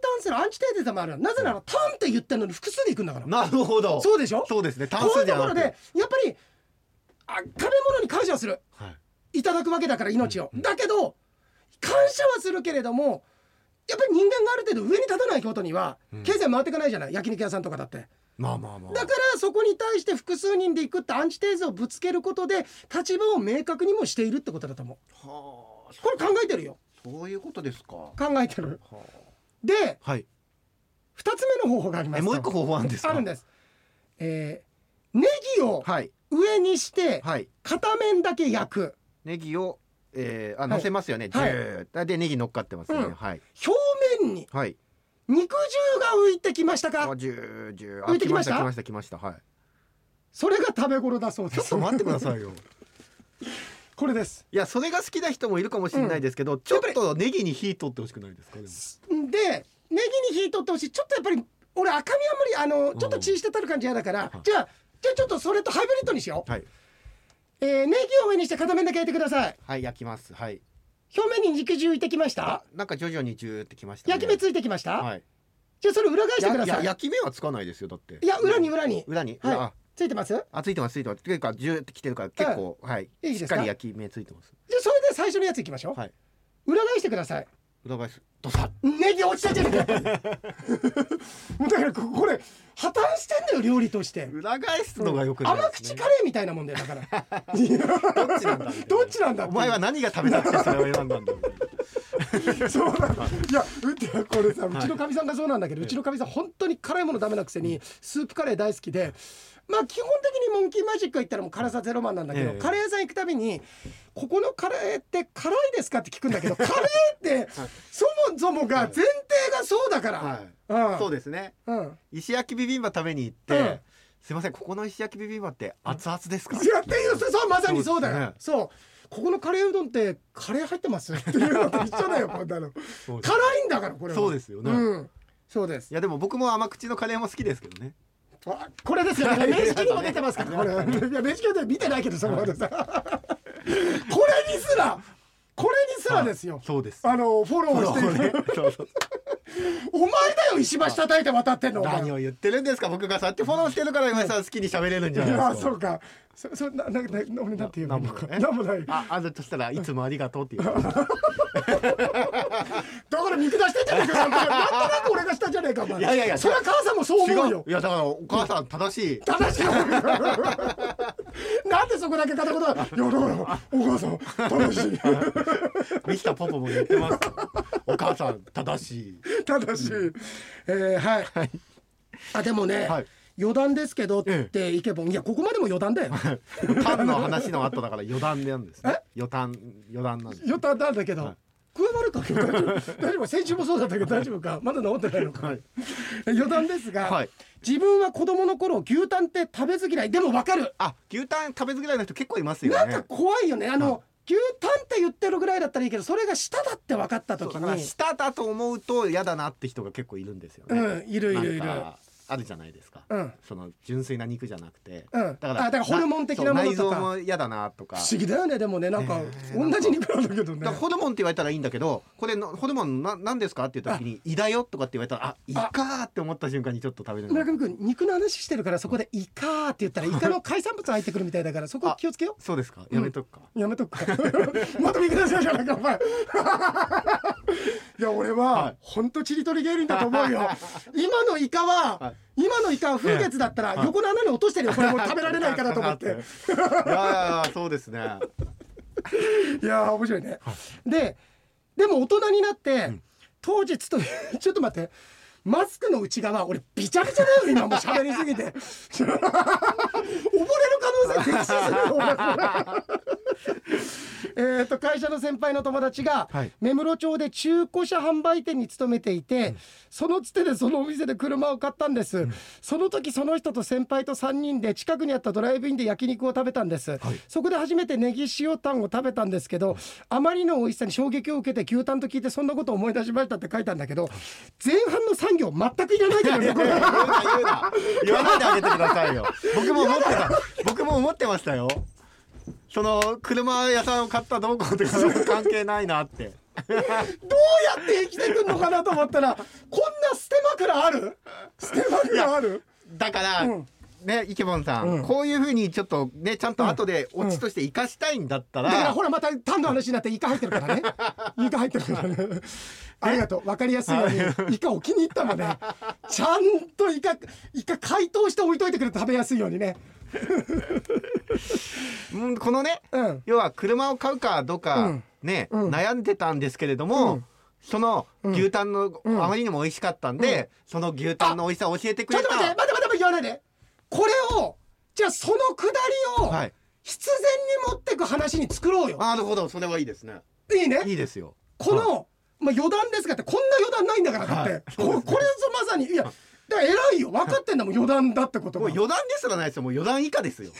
Speaker 1: 関するアンチテーゼでもある。なぜならタンって言ってるのに複数で行くんだから。
Speaker 2: なるほど
Speaker 1: そうでしょ。
Speaker 2: そうですね単
Speaker 1: こうい
Speaker 2: 数
Speaker 1: う
Speaker 2: じ
Speaker 1: と
Speaker 2: ゃ
Speaker 1: こ
Speaker 2: な
Speaker 1: ろ
Speaker 2: くて
Speaker 1: でやっぱりあ食べ物に感謝する。
Speaker 2: はい
Speaker 1: いただくわけだから命を、だけど感謝はするけれどもやっぱり人間がある程度上に立たないことには
Speaker 2: うん
Speaker 1: 経済回っていかないじゃない、焼肉屋さんとかだって
Speaker 2: まあまあまあ
Speaker 1: だからそこに対して複数人で行くってアンチテーゼをぶつけることで立場を明確にもしているってことだと思う
Speaker 2: はあ
Speaker 1: これ考えてるよ
Speaker 2: そういうことですか。は
Speaker 1: 考えてる
Speaker 2: あ
Speaker 1: で
Speaker 2: はい。
Speaker 1: 2つ目の方法があります
Speaker 2: えもう一個方法あるんですか。
Speaker 1: あるんですえーネギを
Speaker 2: はい
Speaker 1: 上にして
Speaker 2: はい。
Speaker 1: 片面だけ焼く
Speaker 2: ネギを、えー、あ
Speaker 1: い
Speaker 2: 乗せますよね。
Speaker 1: はい
Speaker 2: ジューでネギ乗っかってますよね。
Speaker 1: うん
Speaker 2: はい
Speaker 1: 表面に
Speaker 2: はい。
Speaker 1: 肉汁が浮いてきましたか
Speaker 2: あジュージュー。あ
Speaker 1: 浮いてきました
Speaker 2: 来ました来ました来ましたはい。
Speaker 1: それが食べ頃だそうです
Speaker 2: ってくださいよ。
Speaker 1: これです
Speaker 2: いやそれが好きな人もいるかもしれないですけど、ちょっとネギに火通ってほしくないですか。でも
Speaker 1: でネギに火取ってほしいちょっとやっぱり俺赤身あんまりあのちょっと血してたる感じ嫌だから、
Speaker 2: うん
Speaker 1: じゃあじゃあちょっとそれとハイブリッドにしよう、
Speaker 2: はい
Speaker 1: えーネギを上にして片面だけ焼いてください
Speaker 2: はい焼きますはい。
Speaker 1: 表面に肉汁浮いてきました
Speaker 2: あなんか徐々にジューってきました、ね。
Speaker 1: 焼き目ついてきました、
Speaker 2: はい。
Speaker 1: じゃあそれ裏返してくだ
Speaker 2: や
Speaker 1: さ
Speaker 2: や
Speaker 1: いいや
Speaker 2: 焼き目はつかないですよだって。
Speaker 1: 裏に裏に
Speaker 2: 裏に。
Speaker 1: はい
Speaker 2: あ
Speaker 1: ついてますじゃ
Speaker 2: あついてますついてます。結構ジューってきてるから結構、はい。
Speaker 1: いいです
Speaker 2: し
Speaker 1: か
Speaker 2: っかり焼き目ついてます。
Speaker 1: あそれで最初のやついきましょう、
Speaker 2: はい
Speaker 1: 裏返してください
Speaker 2: 裏返す。ドサッ。
Speaker 1: ネギ落ちたじゃね えかもうだからここれ破綻してんだよ料理として
Speaker 2: 裏返すのがよくない
Speaker 1: 甘
Speaker 2: で
Speaker 1: 口
Speaker 2: すね、
Speaker 1: カレーみたいなもんだよだからいや
Speaker 2: どっちなんだみたいな
Speaker 1: どっちなんだ
Speaker 2: お前は何が食べたくてそれを選んだんだみた い
Speaker 1: そうなんだいやうちこれさうちのかみさんがそうなんだけど、うちのかみさん本当に辛いものダメなくせにスープカレー大好きでまあ基本的にモンキーマジック行ったらもう辛さゼロマンなんだけど、
Speaker 2: ええ
Speaker 1: カレー屋さん行くたびに「ここのカレーって辛いですか?」って聞くんだけどカレーってそもそもが前提がそうだから、
Speaker 2: な、
Speaker 1: うん
Speaker 2: そうですね
Speaker 1: うん
Speaker 2: 石焼きビビンバ食べに行って、
Speaker 1: うん
Speaker 2: すいませんここの石焼きビビンバって熱々ですか、
Speaker 1: いやっていうそうそうまさにそうだよそう,、
Speaker 2: そ
Speaker 1: ここのカレーうどんってカレー入ってますっていうのと一緒だよこんなの
Speaker 2: そうです
Speaker 1: 辛いんだからこれは
Speaker 2: そうですよね
Speaker 1: うん、そうです
Speaker 2: いやでも僕も甘口のカレーも好きですけどね
Speaker 1: あこれですよね面識にも出てますからこれ いや面識で見てないけどそのまでさ これにすらこれにすらですよ
Speaker 2: そうです
Speaker 1: あのフォローをして
Speaker 2: そう
Speaker 1: る
Speaker 2: ねそうそう
Speaker 1: お前だよ石橋叩いて渡ってんのお前
Speaker 2: 何を言ってるんですか僕がそうやってフォローしてるから今井さん好きに喋れるん
Speaker 1: い
Speaker 2: じゃない
Speaker 1: や
Speaker 2: です
Speaker 1: そ
Speaker 2: か
Speaker 1: うかそそななな俺なんて言うの
Speaker 2: ななんもかえ
Speaker 1: なんもないだ
Speaker 2: ああのとしたらいつもありがとうっていう
Speaker 1: から見下してんじゃねえかお前なんとなく俺がしたんじゃねえかお前
Speaker 2: いやいやいや
Speaker 1: それは母さんもそう思う
Speaker 2: 違う
Speaker 1: よ
Speaker 2: いやだからお母さん正しい
Speaker 1: 正しいよなんでそこだけ片言だいやだからお母さん正しい
Speaker 2: ミスターポポも言ってますお母さん正しい
Speaker 1: ただし、えーはい、あでもね、
Speaker 2: はい
Speaker 1: 余談ですけどっていけば、いやここまでも余談だよ
Speaker 2: タンの話の後だから余談なんですね余談余談なんです
Speaker 1: 余談なんだけど、具合悪い か大丈夫先週もそうだったけど大丈夫かまだ治ってないのか、
Speaker 2: はい
Speaker 1: 余談ですが、
Speaker 2: はい
Speaker 1: 自分は子供の頃牛タンって食べず嫌いでもわかる、
Speaker 2: あ牛タン食べず嫌いの人結構いますよ
Speaker 1: なん
Speaker 2: ね
Speaker 1: か怖いよねあの、
Speaker 2: はい
Speaker 1: 牛タンって言ってるぐらいだったらいいけどそれが舌だって分かった
Speaker 2: そう
Speaker 1: 時
Speaker 2: だから
Speaker 1: に
Speaker 2: 舌だと思うと嫌だなって人が結構いるんですよね、
Speaker 1: うんいるいるいる
Speaker 2: なんかあるじゃないですか、
Speaker 1: うん
Speaker 2: その純粋な肉じゃなくて、
Speaker 1: うんあだからホルモン的なものとか
Speaker 2: そう内臓も嫌だなとか
Speaker 1: 不思議だよねでもねなんか
Speaker 2: ねえ
Speaker 1: 同じ肉なんだけどね
Speaker 2: だからホルモンって言われたらいいんだけどこれのホルモンな何ですかって言った時に「胃だよ」とかって言われたら「あ胃かー」って思った瞬間にちょっと食べれな
Speaker 1: 村
Speaker 2: い
Speaker 1: 上君肉の話してるからそこでイカーって言ったらイカの海産物入ってくるみたいだからそこ気をつけよ
Speaker 2: そうですかやめとく か、
Speaker 1: うやめとくか まとめくださいじゃないかお前 いや俺
Speaker 2: は
Speaker 1: はい本当ちりとり芸人だと思うよ今のイカは
Speaker 2: は
Speaker 1: 今のイカは風月だったら横の穴に落としてるよこれもう食べられ ないからと思っ
Speaker 2: い
Speaker 1: て
Speaker 2: やーそうですね
Speaker 1: いやー面白いね。ででも大人になって、当時ちょっと ちょっと待ってマスクの内側俺びちゃびちゃだよ今もう喋りすぎて溺れる可能性激視するよ俺えーと会社の先輩の友達が、
Speaker 2: はい
Speaker 1: 目室町で中古車販売店に勤めていて、そのつてでそのお店で車を買ったんです、その時その人と先輩と3人で近くにあったドライブインで焼肉を食べたんです、そこで初めてネギ塩タンを食べたんですけど、あまりの美味しさに衝撃を受けて牛タンと聞いてそんなことを思い出しましたって書いたんだけど前半の産業全くいらないけどねこ
Speaker 2: 言う
Speaker 1: れ
Speaker 2: な言うな言わないであげてくださいよ僕も思ってた僕も思ってましたよその車屋さんを買ったどうこうとか関係ないなって
Speaker 1: どうやって生きてくんのかなと思ったらこんな捨て枕ある捨て枕ある
Speaker 2: だから、
Speaker 1: うん
Speaker 2: ねイケボンさん、
Speaker 1: うん
Speaker 2: こういうふうにちょっとねちゃんと後でオチとして生かしたいんだった
Speaker 1: だから
Speaker 2: ら、
Speaker 1: ほらまたタンの話になってイカ入ってるからねイカ入ってるからねありがとう分かりやすいようにイカを気に入ったのねちゃんとイカイカ解凍して置いといてくれて食べやすいようにね
Speaker 2: うんこのね、
Speaker 1: うん
Speaker 2: 要は車を買うかどうか、
Speaker 1: うん
Speaker 2: ね、
Speaker 1: うん
Speaker 2: 悩んでたんですけれども、
Speaker 1: うん
Speaker 2: その牛タンの、
Speaker 1: ん
Speaker 2: あまりにも美味しかったんで、その牛タンの美味しさを教えてく
Speaker 1: ちょ
Speaker 2: れ
Speaker 1: ったと待って待って待って待って言わないでこれをじゃあそのくだりを
Speaker 2: はい
Speaker 1: 必然に持ってく話に作ろうよ、
Speaker 2: あなるほどそれはいいですね
Speaker 1: いいね
Speaker 2: いいですよ
Speaker 1: この、まあ、余談ですがってこんな余談ないんだからだって、
Speaker 2: はい
Speaker 1: ここれぞまさにいやだから偉いよ分かってんだもん余談だってこと
Speaker 2: もう
Speaker 1: が
Speaker 2: 余談ですらないですよもう余談以下ですよ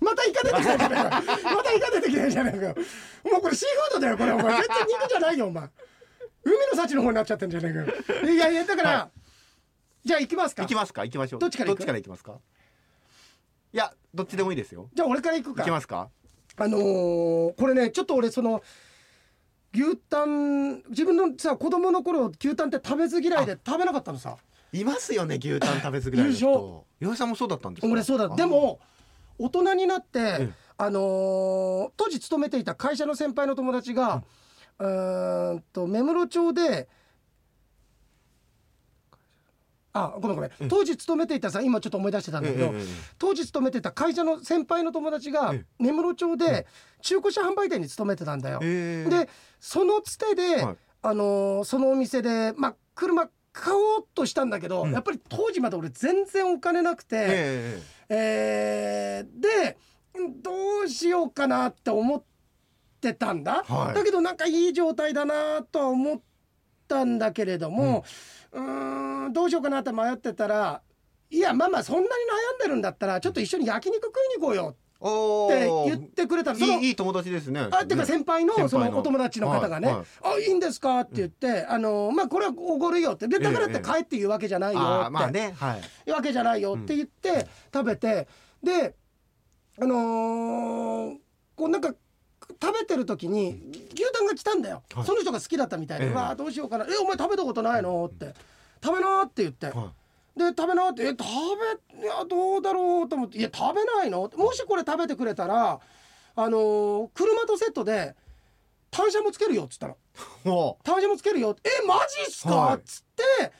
Speaker 1: またイカ出てきたじゃ ないかまたイカ出てきたじゃないかもうこれシーフードだよこれお前全然肉じゃないよお前海の幸の方になっちゃってんじゃないかよいやいやだから、じゃあ行きますか
Speaker 2: 行きますか行きましょう
Speaker 1: どっちから行
Speaker 2: ど
Speaker 1: く
Speaker 2: っちから行きますかいやどっちでもいいですよ
Speaker 1: じゃあ俺から行くか
Speaker 2: 行きますか
Speaker 1: あのーこれねちょっと俺その牛タン自分のさ子供の頃牛タンって食べず嫌いで食べなかったのさ
Speaker 2: いますよね牛タン食べず嫌いの
Speaker 1: いる
Speaker 2: 人洋井さんもそうだったんですか
Speaker 1: 俺そうだ
Speaker 2: あ
Speaker 1: でも大人になって、
Speaker 2: え
Speaker 1: あのー当時勤めていた会社の先輩の友達が、うーんと目室町であごめんごめん、当時勤めていたさ今ちょっと思い出してたんだけど、
Speaker 2: ええええええ
Speaker 1: 当時勤めてた会社の先輩の友達が
Speaker 2: え
Speaker 1: 目室町で中古車販売店に勤めてたんだよ。
Speaker 2: えー
Speaker 1: でそのつてで、
Speaker 2: はい
Speaker 1: あのーそのお店で、まあ、車買おうとしたんだけど、
Speaker 2: うん
Speaker 1: やっぱり当時まで俺全然お金なくて。
Speaker 2: ええ
Speaker 1: えーでどうしようかなって思ってたんだ、
Speaker 2: はい
Speaker 1: だけどなんかいい状態だなとは思ったんだけれども、うーんどうしようかなって迷ってたらいやママそんなに悩んでるんだったらちょっと一緒に焼肉食いに行こうよ
Speaker 2: お
Speaker 1: って
Speaker 2: お
Speaker 1: 言ってくれたのその
Speaker 2: いいいい友達ですね
Speaker 1: あてか先輩
Speaker 2: 先
Speaker 1: のそ
Speaker 2: 輩の
Speaker 1: のお友達の方がね「
Speaker 2: はい
Speaker 1: あいいんですか?」って言って「あのまあ、これはおごるよ」ってでだからっ
Speaker 2: え
Speaker 1: て
Speaker 2: え
Speaker 1: 帰って言うわけじゃないよって、
Speaker 2: あーまあねはい
Speaker 1: いうわけじゃないよって言って、食べてであのーこうなんか食べてる時に牛タンが来たんだよ、
Speaker 2: はい
Speaker 1: その人が好きだったみたいで「
Speaker 2: ええ
Speaker 1: わあどうしようかなえお前食べたことないの?」って「食べな」って言って、
Speaker 2: は
Speaker 1: で食べなって「え食べいやどうだろう?」と思って「いや食べないの?」もしこれ食べてくれたらあのー車とセットで単車もつけるよっつったの。
Speaker 2: いお
Speaker 1: 単車もつけるよえマジっすか、
Speaker 2: はい
Speaker 1: っつって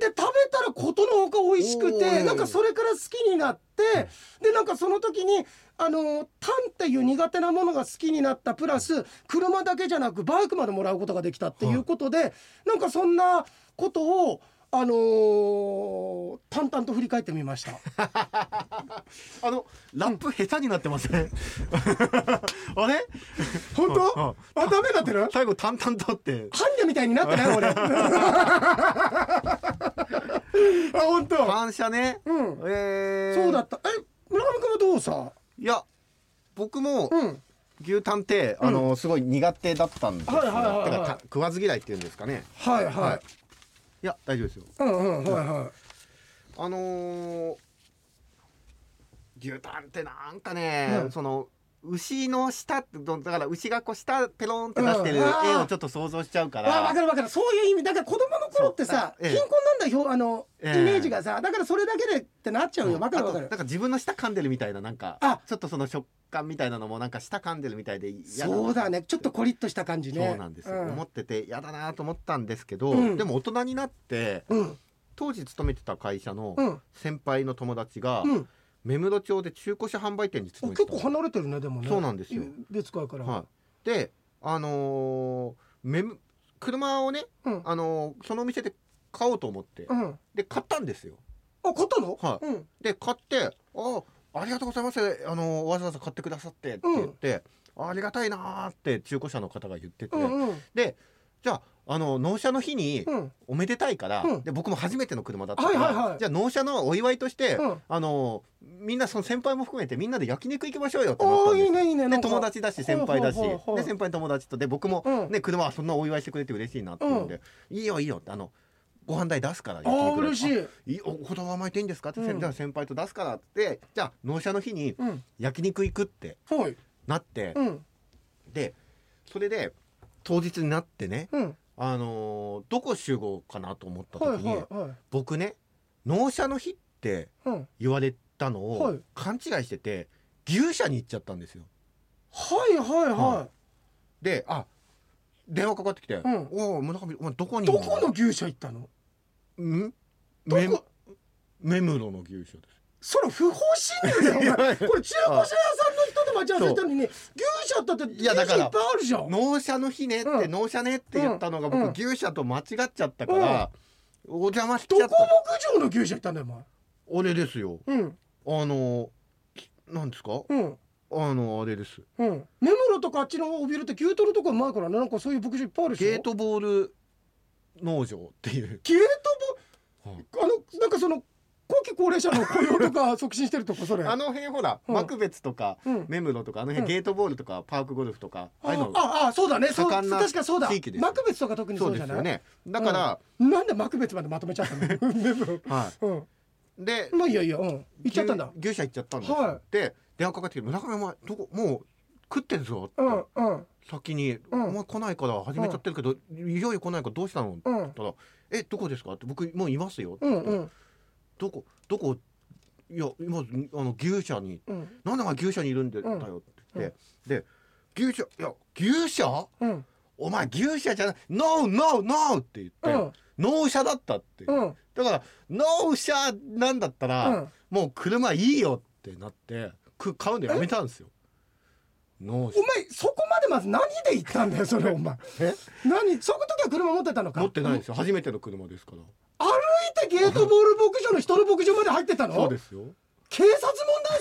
Speaker 1: で食べたらことのほか美味しく
Speaker 2: おー
Speaker 1: てなんかそれから好きになってでなんかその時にあのタンっていう苦手なものが好きになったプラス車だけじゃなくバイクまでもらうことができたっていうことで、なんかそんなことをあのー淡々と振り返ってみ ました。
Speaker 2: あのラップ下手になってません、 あれ
Speaker 1: 本当？あダメになってる？
Speaker 2: 最後淡々とって
Speaker 1: ハンデみたいになって ない俺。 あ本当。
Speaker 2: 反射ね、
Speaker 1: うん
Speaker 2: えー
Speaker 1: そうだった。え村上君はどうさ？
Speaker 2: いや僕も
Speaker 1: うん。
Speaker 2: 牛タンって、あのすごい苦手だったんですよ、
Speaker 1: はいはいはいはい
Speaker 2: だからた食わず嫌いっていうんですかね
Speaker 1: はいはい
Speaker 2: い。いや大丈夫ですよ
Speaker 1: うんうんはいは
Speaker 2: あのー牛タンってなんかね、
Speaker 1: うん
Speaker 2: その牛の舌ってどだから牛がこう舌ペロンって出してる
Speaker 1: うんあー
Speaker 2: 絵をちょっと想像しちゃうか
Speaker 1: い。わ
Speaker 2: ら、
Speaker 1: わかるわかる。そういう意味だから子供の頃ってさ、
Speaker 2: そう
Speaker 1: 貧
Speaker 2: ええ
Speaker 1: 困なんだよあのイメ
Speaker 2: ええ
Speaker 1: ージがさ、だからそれだけでってなっちゃうよ。わかるわか
Speaker 2: あ
Speaker 1: る
Speaker 2: となん。か自分の舌噛んでるみたいななんか
Speaker 1: あ
Speaker 2: ちょっとその食感みたいなのもなんか舌噛んでるみたいで嫌だな
Speaker 1: そうだね。ちょっとコリッとした感じね。
Speaker 2: そうなんですよ、思
Speaker 1: う
Speaker 2: ってて嫌だなと思ったんですけど、
Speaker 1: うん
Speaker 2: でも大人になって
Speaker 1: ん
Speaker 2: 当時勤めてた会社の
Speaker 1: うん
Speaker 2: 先輩の友達が、
Speaker 1: うん。
Speaker 2: 目室町で中古車販売店に勤めて
Speaker 1: 結
Speaker 2: た
Speaker 1: 構離れてるねでもね。
Speaker 2: そうなんですよ
Speaker 1: 別会から。
Speaker 2: はい、であのーめむ車をね、
Speaker 1: うん
Speaker 2: あのーそのお店で買おうと思って、
Speaker 1: うん。あ
Speaker 2: で買ったんですよ
Speaker 1: 買ったの？。
Speaker 2: はい
Speaker 1: うん。
Speaker 2: で買って「あありがとうございます、あのーわざわざ買ってくださって」って言って、ありがたいな」って中古車の方が言ってて、
Speaker 1: うんうん
Speaker 2: でじゃああの納車の日に
Speaker 1: うん
Speaker 2: おめでたいから、
Speaker 1: うん
Speaker 2: で僕も初めての車だったから、
Speaker 1: はいはいはい
Speaker 2: じゃあ納車のお祝いとして、
Speaker 1: うん
Speaker 2: あのーみんなその先輩も含めてみんなで焼肉行きましょうよってなった
Speaker 1: おー
Speaker 2: んですよ
Speaker 1: いいねいいね。な
Speaker 2: で
Speaker 1: んか
Speaker 2: 友達だし先輩だし
Speaker 1: ほうほうほうほう
Speaker 2: で先輩の友達とで僕も
Speaker 1: うん
Speaker 2: ね車はそんなお祝いしてくれて嬉しいなって言うんで「いいよいいよ」ってあのご飯代出すから
Speaker 1: ああ嬉し
Speaker 2: い
Speaker 1: い。
Speaker 2: いいお言葉甘えていいんですかって
Speaker 1: うん
Speaker 2: 先輩先輩と出すからってじゃあ納車の日に
Speaker 1: うん。
Speaker 2: 焼肉行くって
Speaker 1: はい。
Speaker 2: なって
Speaker 1: うん
Speaker 2: でそれで当日になってね
Speaker 1: うん。
Speaker 2: あのーどこ集合かなと思った
Speaker 1: はい
Speaker 2: 時
Speaker 1: は
Speaker 2: に
Speaker 1: いはい。
Speaker 2: 僕ね納車の日って
Speaker 1: うん。
Speaker 2: 言われたの
Speaker 1: は
Speaker 2: を
Speaker 1: い
Speaker 2: 勘違いしてて牛舎に行っちゃったんですよ。
Speaker 1: はいはいは
Speaker 2: はであ電話かかってきて「
Speaker 1: ん
Speaker 2: おお村上お前どこ
Speaker 1: い。
Speaker 2: にい
Speaker 1: ど
Speaker 2: る
Speaker 1: この牛舎行ったの？
Speaker 2: ん
Speaker 1: ど
Speaker 2: メム
Speaker 1: こ？
Speaker 2: メムロの牛舎で
Speaker 1: それ不法侵入だよ。お
Speaker 2: いやい
Speaker 1: 前
Speaker 2: や
Speaker 1: これ中古車屋さんの人と待ち合わせたのにね、牛舎だって牛
Speaker 2: いやだか
Speaker 1: 舎
Speaker 2: ら
Speaker 1: いっぱいあるじゃん。
Speaker 2: 納車の日ねって、
Speaker 1: うん
Speaker 2: 納車ねって言ったのが
Speaker 1: うん
Speaker 2: 僕牛舎と間違っちゃったから、お邪魔し
Speaker 1: ど
Speaker 2: ちゃ
Speaker 1: こ
Speaker 2: った
Speaker 1: 牧場の牛舎行ったんだよ
Speaker 2: 俺ですよ
Speaker 1: お前。うん
Speaker 2: あのなんですか
Speaker 1: うん。
Speaker 2: あのあれです
Speaker 1: うん、目黒とかあっちの尾びれって牛トロとか前からねなんかそういう牧場いっぱいあるでしょ
Speaker 2: ゲートボール農場っていう
Speaker 1: ゲートボあのなんかその後期高齢者の雇用とか促進してるとこそれ
Speaker 2: あの辺ほら、
Speaker 1: うん
Speaker 2: マクベツとか、
Speaker 1: うん
Speaker 2: メムロとかあの辺、
Speaker 1: うん
Speaker 2: ゲートボールとかパークゴルフとかああいうの
Speaker 1: ああそうだねそう
Speaker 2: 盛んな
Speaker 1: 確かそうだ
Speaker 2: 地域ですよ
Speaker 1: マクベツとか特に
Speaker 2: そ
Speaker 1: そうう
Speaker 2: で
Speaker 1: じゃ
Speaker 2: す
Speaker 1: ない
Speaker 2: よねだから、
Speaker 1: なんでマクベツまでまとめちゃったの メモ
Speaker 2: は
Speaker 1: うん
Speaker 2: いで
Speaker 1: まあいいやいいやうん行っちゃったんだ
Speaker 2: 牛牛舎行っちゃったんですよ、
Speaker 1: はい
Speaker 2: で電話かかってきて「村上お前どこもう食ってんぞ」って、
Speaker 1: うんうん
Speaker 2: 先に、
Speaker 1: うん
Speaker 2: お前来ないから始めちゃってるけど、いよいよ来ないからどうしたの?」っ
Speaker 1: う
Speaker 2: て言
Speaker 1: ん
Speaker 2: ったら「えどこですか?」って「僕もういますよ」
Speaker 1: うんうん
Speaker 2: どこどこいや今あの牛舎に
Speaker 1: うん
Speaker 2: なんでお前牛舎にいるんだよ」って言って、で「牛舎いや牛舎
Speaker 1: うん
Speaker 2: お前牛舎じゃない「ノーノーノー」って言って「
Speaker 1: うん
Speaker 2: 納車だったって、
Speaker 1: うんうん
Speaker 2: だから納車なんだったら、もう車いいよってなってく買うのやめたんですよ。納
Speaker 1: お
Speaker 2: 車
Speaker 1: 前そこまでまず何で行ったんだよそ れお前
Speaker 2: え
Speaker 1: 何その時は車持ってたのか
Speaker 2: 持ってないですよ初めての車ですから
Speaker 1: 歩いてゲートボール牧場の人の牧場まで入ってたの
Speaker 2: そうですよ
Speaker 1: 警察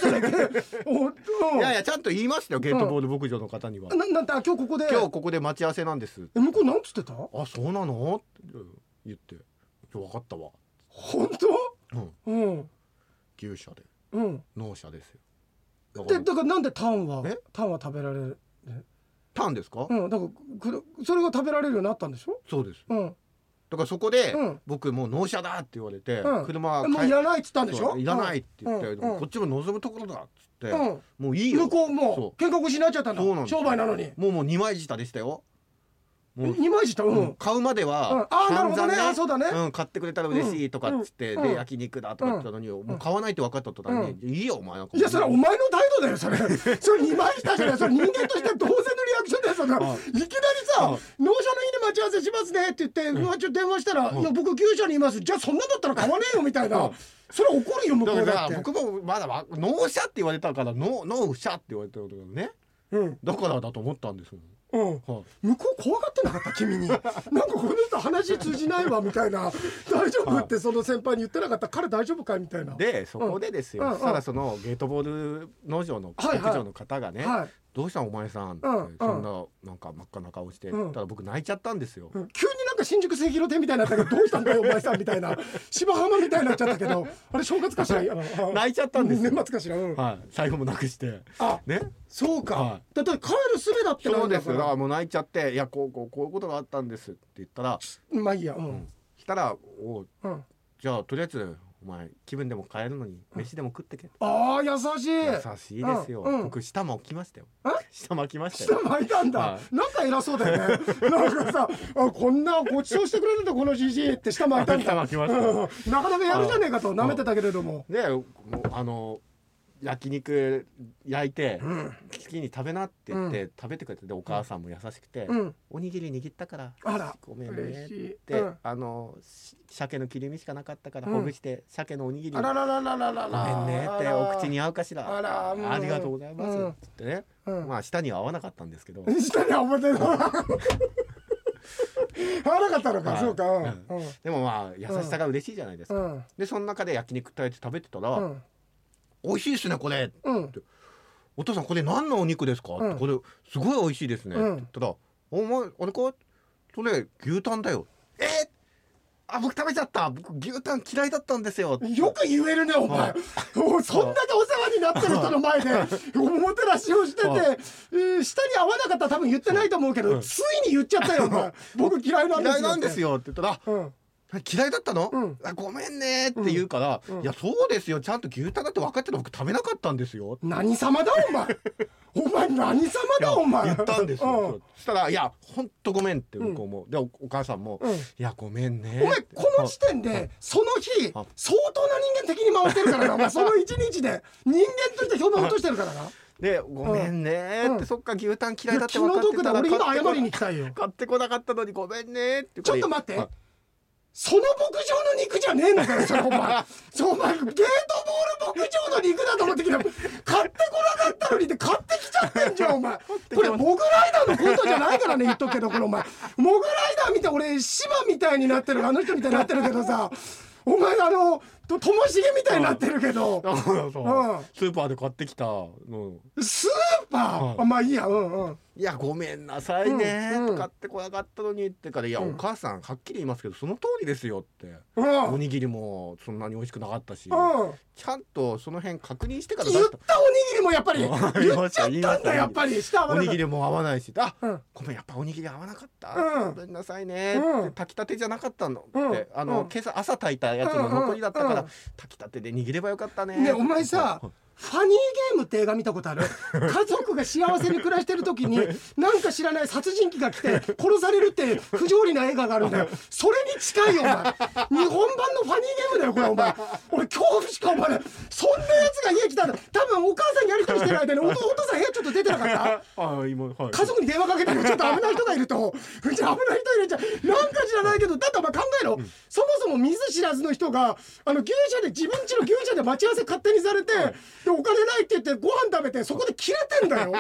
Speaker 1: 問題それ おうん
Speaker 2: いやいやちゃんと言いましたよゲートボール牧場の方には、
Speaker 1: ななんてあ今日ここで
Speaker 2: 今日ここで待ち合わせなんです
Speaker 1: え向こうなんつってた
Speaker 2: あそうなのって言って今日分かったわ
Speaker 1: 本
Speaker 2: うん
Speaker 1: 当うん
Speaker 2: 牛舎で
Speaker 1: うん
Speaker 2: 納車ですよだ
Speaker 1: で
Speaker 2: から
Speaker 1: だからなんでタンは
Speaker 2: え
Speaker 1: タンは食べられる
Speaker 2: たんですか、
Speaker 1: うんだからくるそれが食べられるようになったんでしょ
Speaker 2: そうです
Speaker 1: うん
Speaker 2: だからそこで、
Speaker 1: うん
Speaker 2: 僕もう納車だって言われて、
Speaker 1: うん
Speaker 2: 車は
Speaker 1: えもう
Speaker 2: 買
Speaker 1: い
Speaker 2: え
Speaker 1: らないっつったんでし
Speaker 2: そ
Speaker 1: ょ
Speaker 2: ういらないって言って、
Speaker 1: うん
Speaker 2: でも
Speaker 1: うん
Speaker 2: こっちも望むところだっつって、
Speaker 1: うん
Speaker 2: もういいよ
Speaker 1: 向こうも
Speaker 2: そう
Speaker 1: 喧嘩腰になっちゃったんだ
Speaker 2: そうなんですよ
Speaker 1: 商売なのに
Speaker 2: もうもう二枚舌でしたよもう
Speaker 1: 二枚舌うん、
Speaker 2: うん買うまで
Speaker 1: うん
Speaker 2: は
Speaker 1: あーなるほ
Speaker 2: 散
Speaker 1: ど
Speaker 2: 々
Speaker 1: ねあーそうだね
Speaker 2: うん買ってくれたら嬉しいとかっつって、
Speaker 1: うんうん
Speaker 2: で焼肉だとか言ってたのに、もう買わないって分かった途端に、いいよお前なんか
Speaker 1: いやそれはお前の態度だよそれ それ二枚舌じゃないそれ人間としては当然のリアクションだよそんな
Speaker 2: はい
Speaker 1: いきなりさ
Speaker 2: はい
Speaker 1: 「納車の日に待ち合わせしますね」って言って「うわちょっと電話したら「いや僕牛舎にいます」じゃあそんなだったら買わねえよみたいなそれ怒るよ向こ
Speaker 2: だ
Speaker 1: う
Speaker 2: か
Speaker 1: だっ
Speaker 2: ら
Speaker 1: て
Speaker 2: 僕もまだわ納車って言われたから納納車って言われたんだけどね
Speaker 1: うん
Speaker 2: だからだと思ったんですもん
Speaker 1: うん、向こう怖がってなかった君になんかこの人話通じないわみたいな大丈夫ってその先輩に言ってなかった彼大丈夫かいみたいな
Speaker 2: でそこでですよ、
Speaker 1: うんうん
Speaker 2: そしたらそのゲートボール農場の
Speaker 1: はいはい
Speaker 2: 牧場の方がね、
Speaker 1: はい
Speaker 2: どうしたんお前さんって、
Speaker 1: うんうん
Speaker 2: そんななんか真っ赤な顔して、
Speaker 1: うん
Speaker 2: ただ僕泣いちゃったんですよ、
Speaker 1: うん急になんか新宿聖広亭みたいになったけどどうしたんだよお前さんみたいな芝浜みたいになっちゃったけどあれ正月かしら
Speaker 2: 泣いちゃったんですよ
Speaker 1: 年末かしら、うん
Speaker 2: はい、最後もなくして
Speaker 1: あ
Speaker 2: ね
Speaker 1: そうか、
Speaker 2: は
Speaker 1: だって帰るすべだって
Speaker 2: そ
Speaker 1: な
Speaker 2: うんで
Speaker 1: だ
Speaker 2: す
Speaker 1: か
Speaker 2: よだかららもう泣いちゃって「いやこうこうこういうことがあったんです」って言ったら
Speaker 1: まあいいやうん
Speaker 2: したら「おう
Speaker 1: うん、
Speaker 2: じゃあとりあえずお前気分でも変えるのに飯でも食ってけ」
Speaker 1: ああ優しい
Speaker 2: 優しいですよ、
Speaker 1: うんうん
Speaker 2: 僕舌巻きましたよ
Speaker 1: え
Speaker 2: 舌巻きました
Speaker 1: 下
Speaker 2: よ
Speaker 1: 巻いたんだ、
Speaker 2: は
Speaker 1: なんか偉そうだよねなんかさあこんなごちそうしてくれるんだこのじじいって下巻いたん
Speaker 2: 舌
Speaker 1: だ
Speaker 2: 巻きましたよ
Speaker 1: うんなかなかやるじゃねえかと舐めてたけれども
Speaker 2: でもうあの焼肉焼いて、
Speaker 1: うん
Speaker 2: 好きに食べなって言って、食べてくれてでお母さんも優しくて、
Speaker 1: うん
Speaker 2: おにぎり握ったから
Speaker 1: あら
Speaker 2: ごめんね
Speaker 1: 嬉
Speaker 2: っ、
Speaker 1: してい、うん、
Speaker 2: あのし鮭の切り身しかなかったから
Speaker 1: うん
Speaker 2: ほぐして、鮭のおにぎり
Speaker 1: あらららららら
Speaker 2: ごめんねってお口に合うかしら
Speaker 1: あらうん
Speaker 2: ありがとうございます、
Speaker 1: うん
Speaker 2: つってね、
Speaker 1: うん
Speaker 2: まあ舌には合わなかったんですけど、
Speaker 1: 下に表 の合わなかったのか、
Speaker 2: はい
Speaker 1: そうかうんう
Speaker 2: でもまあ優しさが嬉しいじゃないですか、
Speaker 1: んうん
Speaker 2: でその中で焼肉食べて食べてたら、
Speaker 1: うん
Speaker 2: 美味しいですねこれ
Speaker 1: うん
Speaker 2: お父さんこれ何のお肉ですか、
Speaker 1: うん
Speaker 2: これすごい美味しいですね、
Speaker 1: うん
Speaker 2: って言ったら「お前あれかそれ牛タンだよ」えー、あ僕食べちゃった僕牛タン嫌いだったんですよ」
Speaker 1: よく言えるねお前、
Speaker 2: はい
Speaker 1: おそんだけお世話になってる人の前でおもてなしをしてて、
Speaker 2: は
Speaker 1: えー下に合わなかったら多分言ってないと思うけど、
Speaker 2: うん
Speaker 1: ついに言っちゃったよお前僕嫌いなんですよ
Speaker 2: 嫌いなんです
Speaker 1: よ、
Speaker 2: よって言ったら
Speaker 1: うん、うん
Speaker 2: あ「嫌いだったの、
Speaker 1: うん
Speaker 2: あごめんね」って言うから、
Speaker 1: うん
Speaker 2: いやそうですよちゃんと牛タンだって分かってる僕食べなかったんですよ」
Speaker 1: 何様だお 前お前何様
Speaker 2: いや
Speaker 1: だお前
Speaker 2: 言ったんです
Speaker 1: うん
Speaker 2: よ、そしたら「いやほんとごめん」って向こうも、でおお母さんも「
Speaker 1: うん
Speaker 2: いやごめんね」
Speaker 1: お前この時点でその日
Speaker 2: あ
Speaker 1: 相当な人間的に回してるからなお前その一日で人間として評判落としてるからな
Speaker 2: で「ごめんね」って、
Speaker 1: うん
Speaker 2: そっか牛タン嫌
Speaker 1: い
Speaker 2: い
Speaker 1: や
Speaker 2: だって
Speaker 1: 気
Speaker 2: 分か
Speaker 1: の
Speaker 2: って
Speaker 1: 毒だ
Speaker 2: たら
Speaker 1: 俺今
Speaker 2: 買ってこ
Speaker 1: 謝りに来たいよ
Speaker 2: 買ってこなかったのにごめんねって
Speaker 1: ちょっと待って
Speaker 2: はい
Speaker 1: その牧場の肉じゃねえのかよそれお 前そうお前ゲートボール牧場の肉だと思ってきた買ってこなかったのにって買ってきちゃってんじゃんお前これモグライダーのコントじゃないからね言っとくけどこれお 前モグライダー見て俺芝みたいになってるあの人みたいになってるけどさお前あのとともしげみたいになってるけど
Speaker 2: そうそうそう
Speaker 1: うん
Speaker 2: スーパーで買ってきたの
Speaker 1: スーパー、
Speaker 2: はい
Speaker 1: あまあいいやうんうん
Speaker 2: 「いやごめんなさいね」
Speaker 1: うんうん
Speaker 2: 買ってこなかったのにってから「いや、
Speaker 1: うん
Speaker 2: お母さんはっきり言いますけどその通りですよ」って、
Speaker 1: うんう
Speaker 2: お
Speaker 1: ん
Speaker 2: にぎりもそんなに美味しくなかったし、ちゃんとその辺確認してから出
Speaker 1: 言っ
Speaker 2: した
Speaker 1: おにぎりもやっぱり
Speaker 2: 言い
Speaker 1: 言っ
Speaker 2: ました
Speaker 1: ちゃっ
Speaker 2: 言いま
Speaker 1: た
Speaker 2: し
Speaker 1: ん
Speaker 2: た
Speaker 1: だやっぱり下
Speaker 2: おにぎりも合わないしあ
Speaker 1: うん
Speaker 2: ごめんやっぱおにぎり合わなかった、
Speaker 1: うん
Speaker 2: ごめんなさいね、
Speaker 1: うん
Speaker 2: って炊きたてじゃなかったのっ
Speaker 1: う
Speaker 2: て、
Speaker 1: ん
Speaker 2: あの、
Speaker 1: うん
Speaker 2: 今朝朝炊いたやつの残りだったから、
Speaker 1: うんうん
Speaker 2: 炊きたてで握ればよかったね
Speaker 1: ねえお前さファニーゲームって映画見た ことある家族が幸せに暮らしてる時になんか知らない殺人鬼が来て殺されるって不条理な映画があるんだよそれに近いよお前日本版のファニーゲームだよこれお前俺恐怖しかお前ないそんなやつが家来たら多分お母さんやりとりしてる間にお父お父さん部屋ちょっと出てなかった
Speaker 2: ああ今はい
Speaker 1: 家族に電話かけてるちょっと危ない人がいるとうち危ない人いるじゃんなんか知らないけどだってお前考えろ、そもそも見ず知らずの人があの牛舎で自分家の牛舎で待ち合わせ勝手にされて、でお金ないって言ってご飯食べてそこで切れてんだよ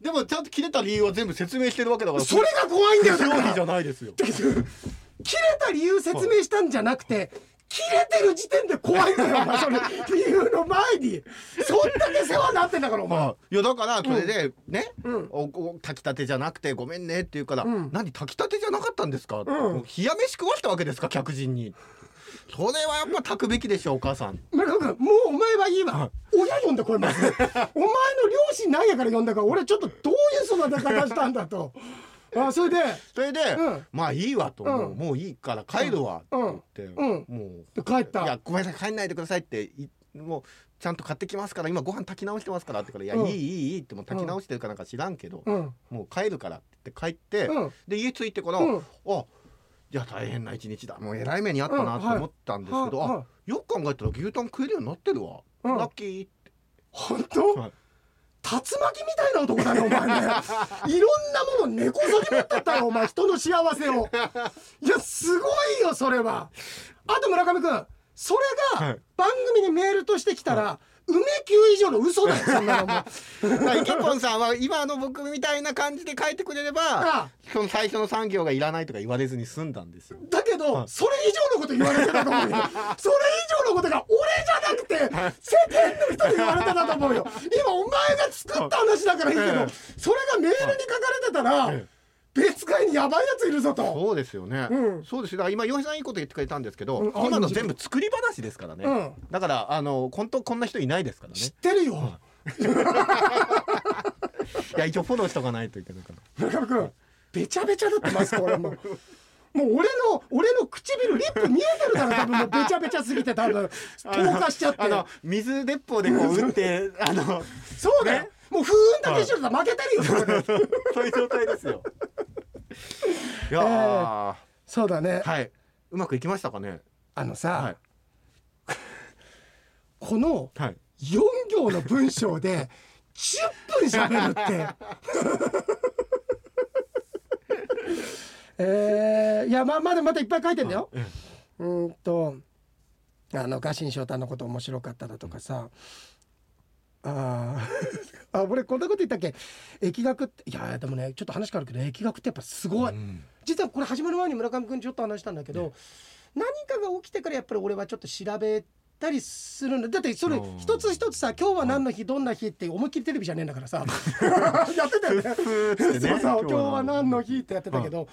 Speaker 2: でもちゃんと切れた理由は全部説明してるわけだから
Speaker 1: それが怖いんだよ
Speaker 2: 不
Speaker 1: だ
Speaker 2: 条
Speaker 1: から
Speaker 2: 理じゃないですよ
Speaker 1: だけど切れた理由説明したんじゃなくて切れてる時点で怖いんだよお前それ理由の前にそんだけ世話になってんだからお前、
Speaker 2: まあ、いやだからそれでね、
Speaker 1: うん
Speaker 2: おお炊きたてじゃなくてごめんねって言うから「
Speaker 1: ん
Speaker 2: 何炊きたてじゃなかったんですか?」
Speaker 1: ん
Speaker 2: もう冷や飯食わしたわけですか客人にそれはやっぱ炊くべきでしょお母さん
Speaker 1: 村上君もうお前はいいわ親呼んでこいまず お前の両親なんやから呼んだから俺ちょっとどういう育て方したんだとあそれで
Speaker 2: それで、
Speaker 1: うん
Speaker 2: まあいいわと、
Speaker 1: うん
Speaker 2: もうもういいから帰るわって言って、
Speaker 1: うん
Speaker 2: もう
Speaker 1: 帰っ
Speaker 2: いや
Speaker 1: た
Speaker 2: ごめんなさい帰んないでくださいっていもうちゃんと買ってきますから今ご飯炊き直してますからって言うから「いや、
Speaker 1: うん
Speaker 2: いいいいいい」ってもう炊き直してるかなんか知らんけど、
Speaker 1: うん
Speaker 2: もう帰るからって言って帰って、
Speaker 1: うん
Speaker 2: で家着いてから、
Speaker 1: うん
Speaker 2: あいや大変な一日だもうえらい目にあった
Speaker 1: う
Speaker 2: なんと
Speaker 1: はい
Speaker 2: 思ったんですけど、
Speaker 1: はは
Speaker 2: あよく考えたら牛タン食えるようになってるわ、
Speaker 1: うん
Speaker 2: ラッキー って
Speaker 1: 本当
Speaker 2: はい
Speaker 1: 竜巻みたいな男だねお前ね いろんなもの根こそぎ持ってったよお前人の幸せをいやすごいよそれはあと村上君それ
Speaker 2: は
Speaker 1: が
Speaker 2: い
Speaker 1: 番組にメールとしてきたら、梅球以上の嘘だよそんなのもう
Speaker 2: だからイケポンさんは今の僕みたいな感じで書いてくれれ
Speaker 1: ああ
Speaker 2: ばその最初の産業がいらないとか言われずに済んだんですよ
Speaker 1: だけどそれ以上のこと言われてたと 思うよそれ以上のことが俺じゃなくて世間の人に言われてたと思うよ今お前が作った話だからいいけ
Speaker 2: え
Speaker 1: ど
Speaker 2: え
Speaker 1: それがメールに書かれてたら
Speaker 2: え
Speaker 1: 別会にやばいやついるぞと
Speaker 2: そうですよね、
Speaker 1: うん
Speaker 2: そうですよだから今洋平さんいいこと言ってくれたんですけど、
Speaker 1: うんあ
Speaker 2: 今の全部作り話ですからね、
Speaker 1: うん
Speaker 2: だからあの本当こんな人いないですからね
Speaker 1: 知ってるよ
Speaker 2: いや一応フォローしとかないといけな いから
Speaker 1: 村上君べちゃべちゃだってマスク俺もう。もう俺の俺の唇リップ見えてるから多分もうべちゃべちゃすぎて多分透過しちゃって
Speaker 2: あの水鉄砲でこう打ってあの
Speaker 1: そうだよ、
Speaker 2: ね
Speaker 1: もう風雲だけしてたら負けてるよそれで
Speaker 2: そういう状態ですよいやー、
Speaker 1: そうだね
Speaker 2: はいうまくいきましたかね
Speaker 1: あのさ、
Speaker 2: はい
Speaker 1: この
Speaker 2: はい
Speaker 1: 4行の文章で10分喋るって。 えー、いやまあまだまだいっぱい書いてんだよ。うーんとあの家臣翔太のこと面白かっただとかさ、あー あ俺こんなこと言ったっけ疫学っていやでもねちょっと話変わるけど疫学ってやっぱすごい、
Speaker 2: ん
Speaker 1: 実はこれ始まる前に村上君ちょっと話したんだけど、何かが起きてからやっぱり俺はちょっと調べたりするんだだってそれ
Speaker 2: うん
Speaker 1: 一つ一つさ今日は何の日どんな日って思いっきりテレビじゃねえんだから さやってたよね。
Speaker 2: ふーって
Speaker 1: そうそう今日は何の日っ
Speaker 2: 日
Speaker 1: てやってたけど、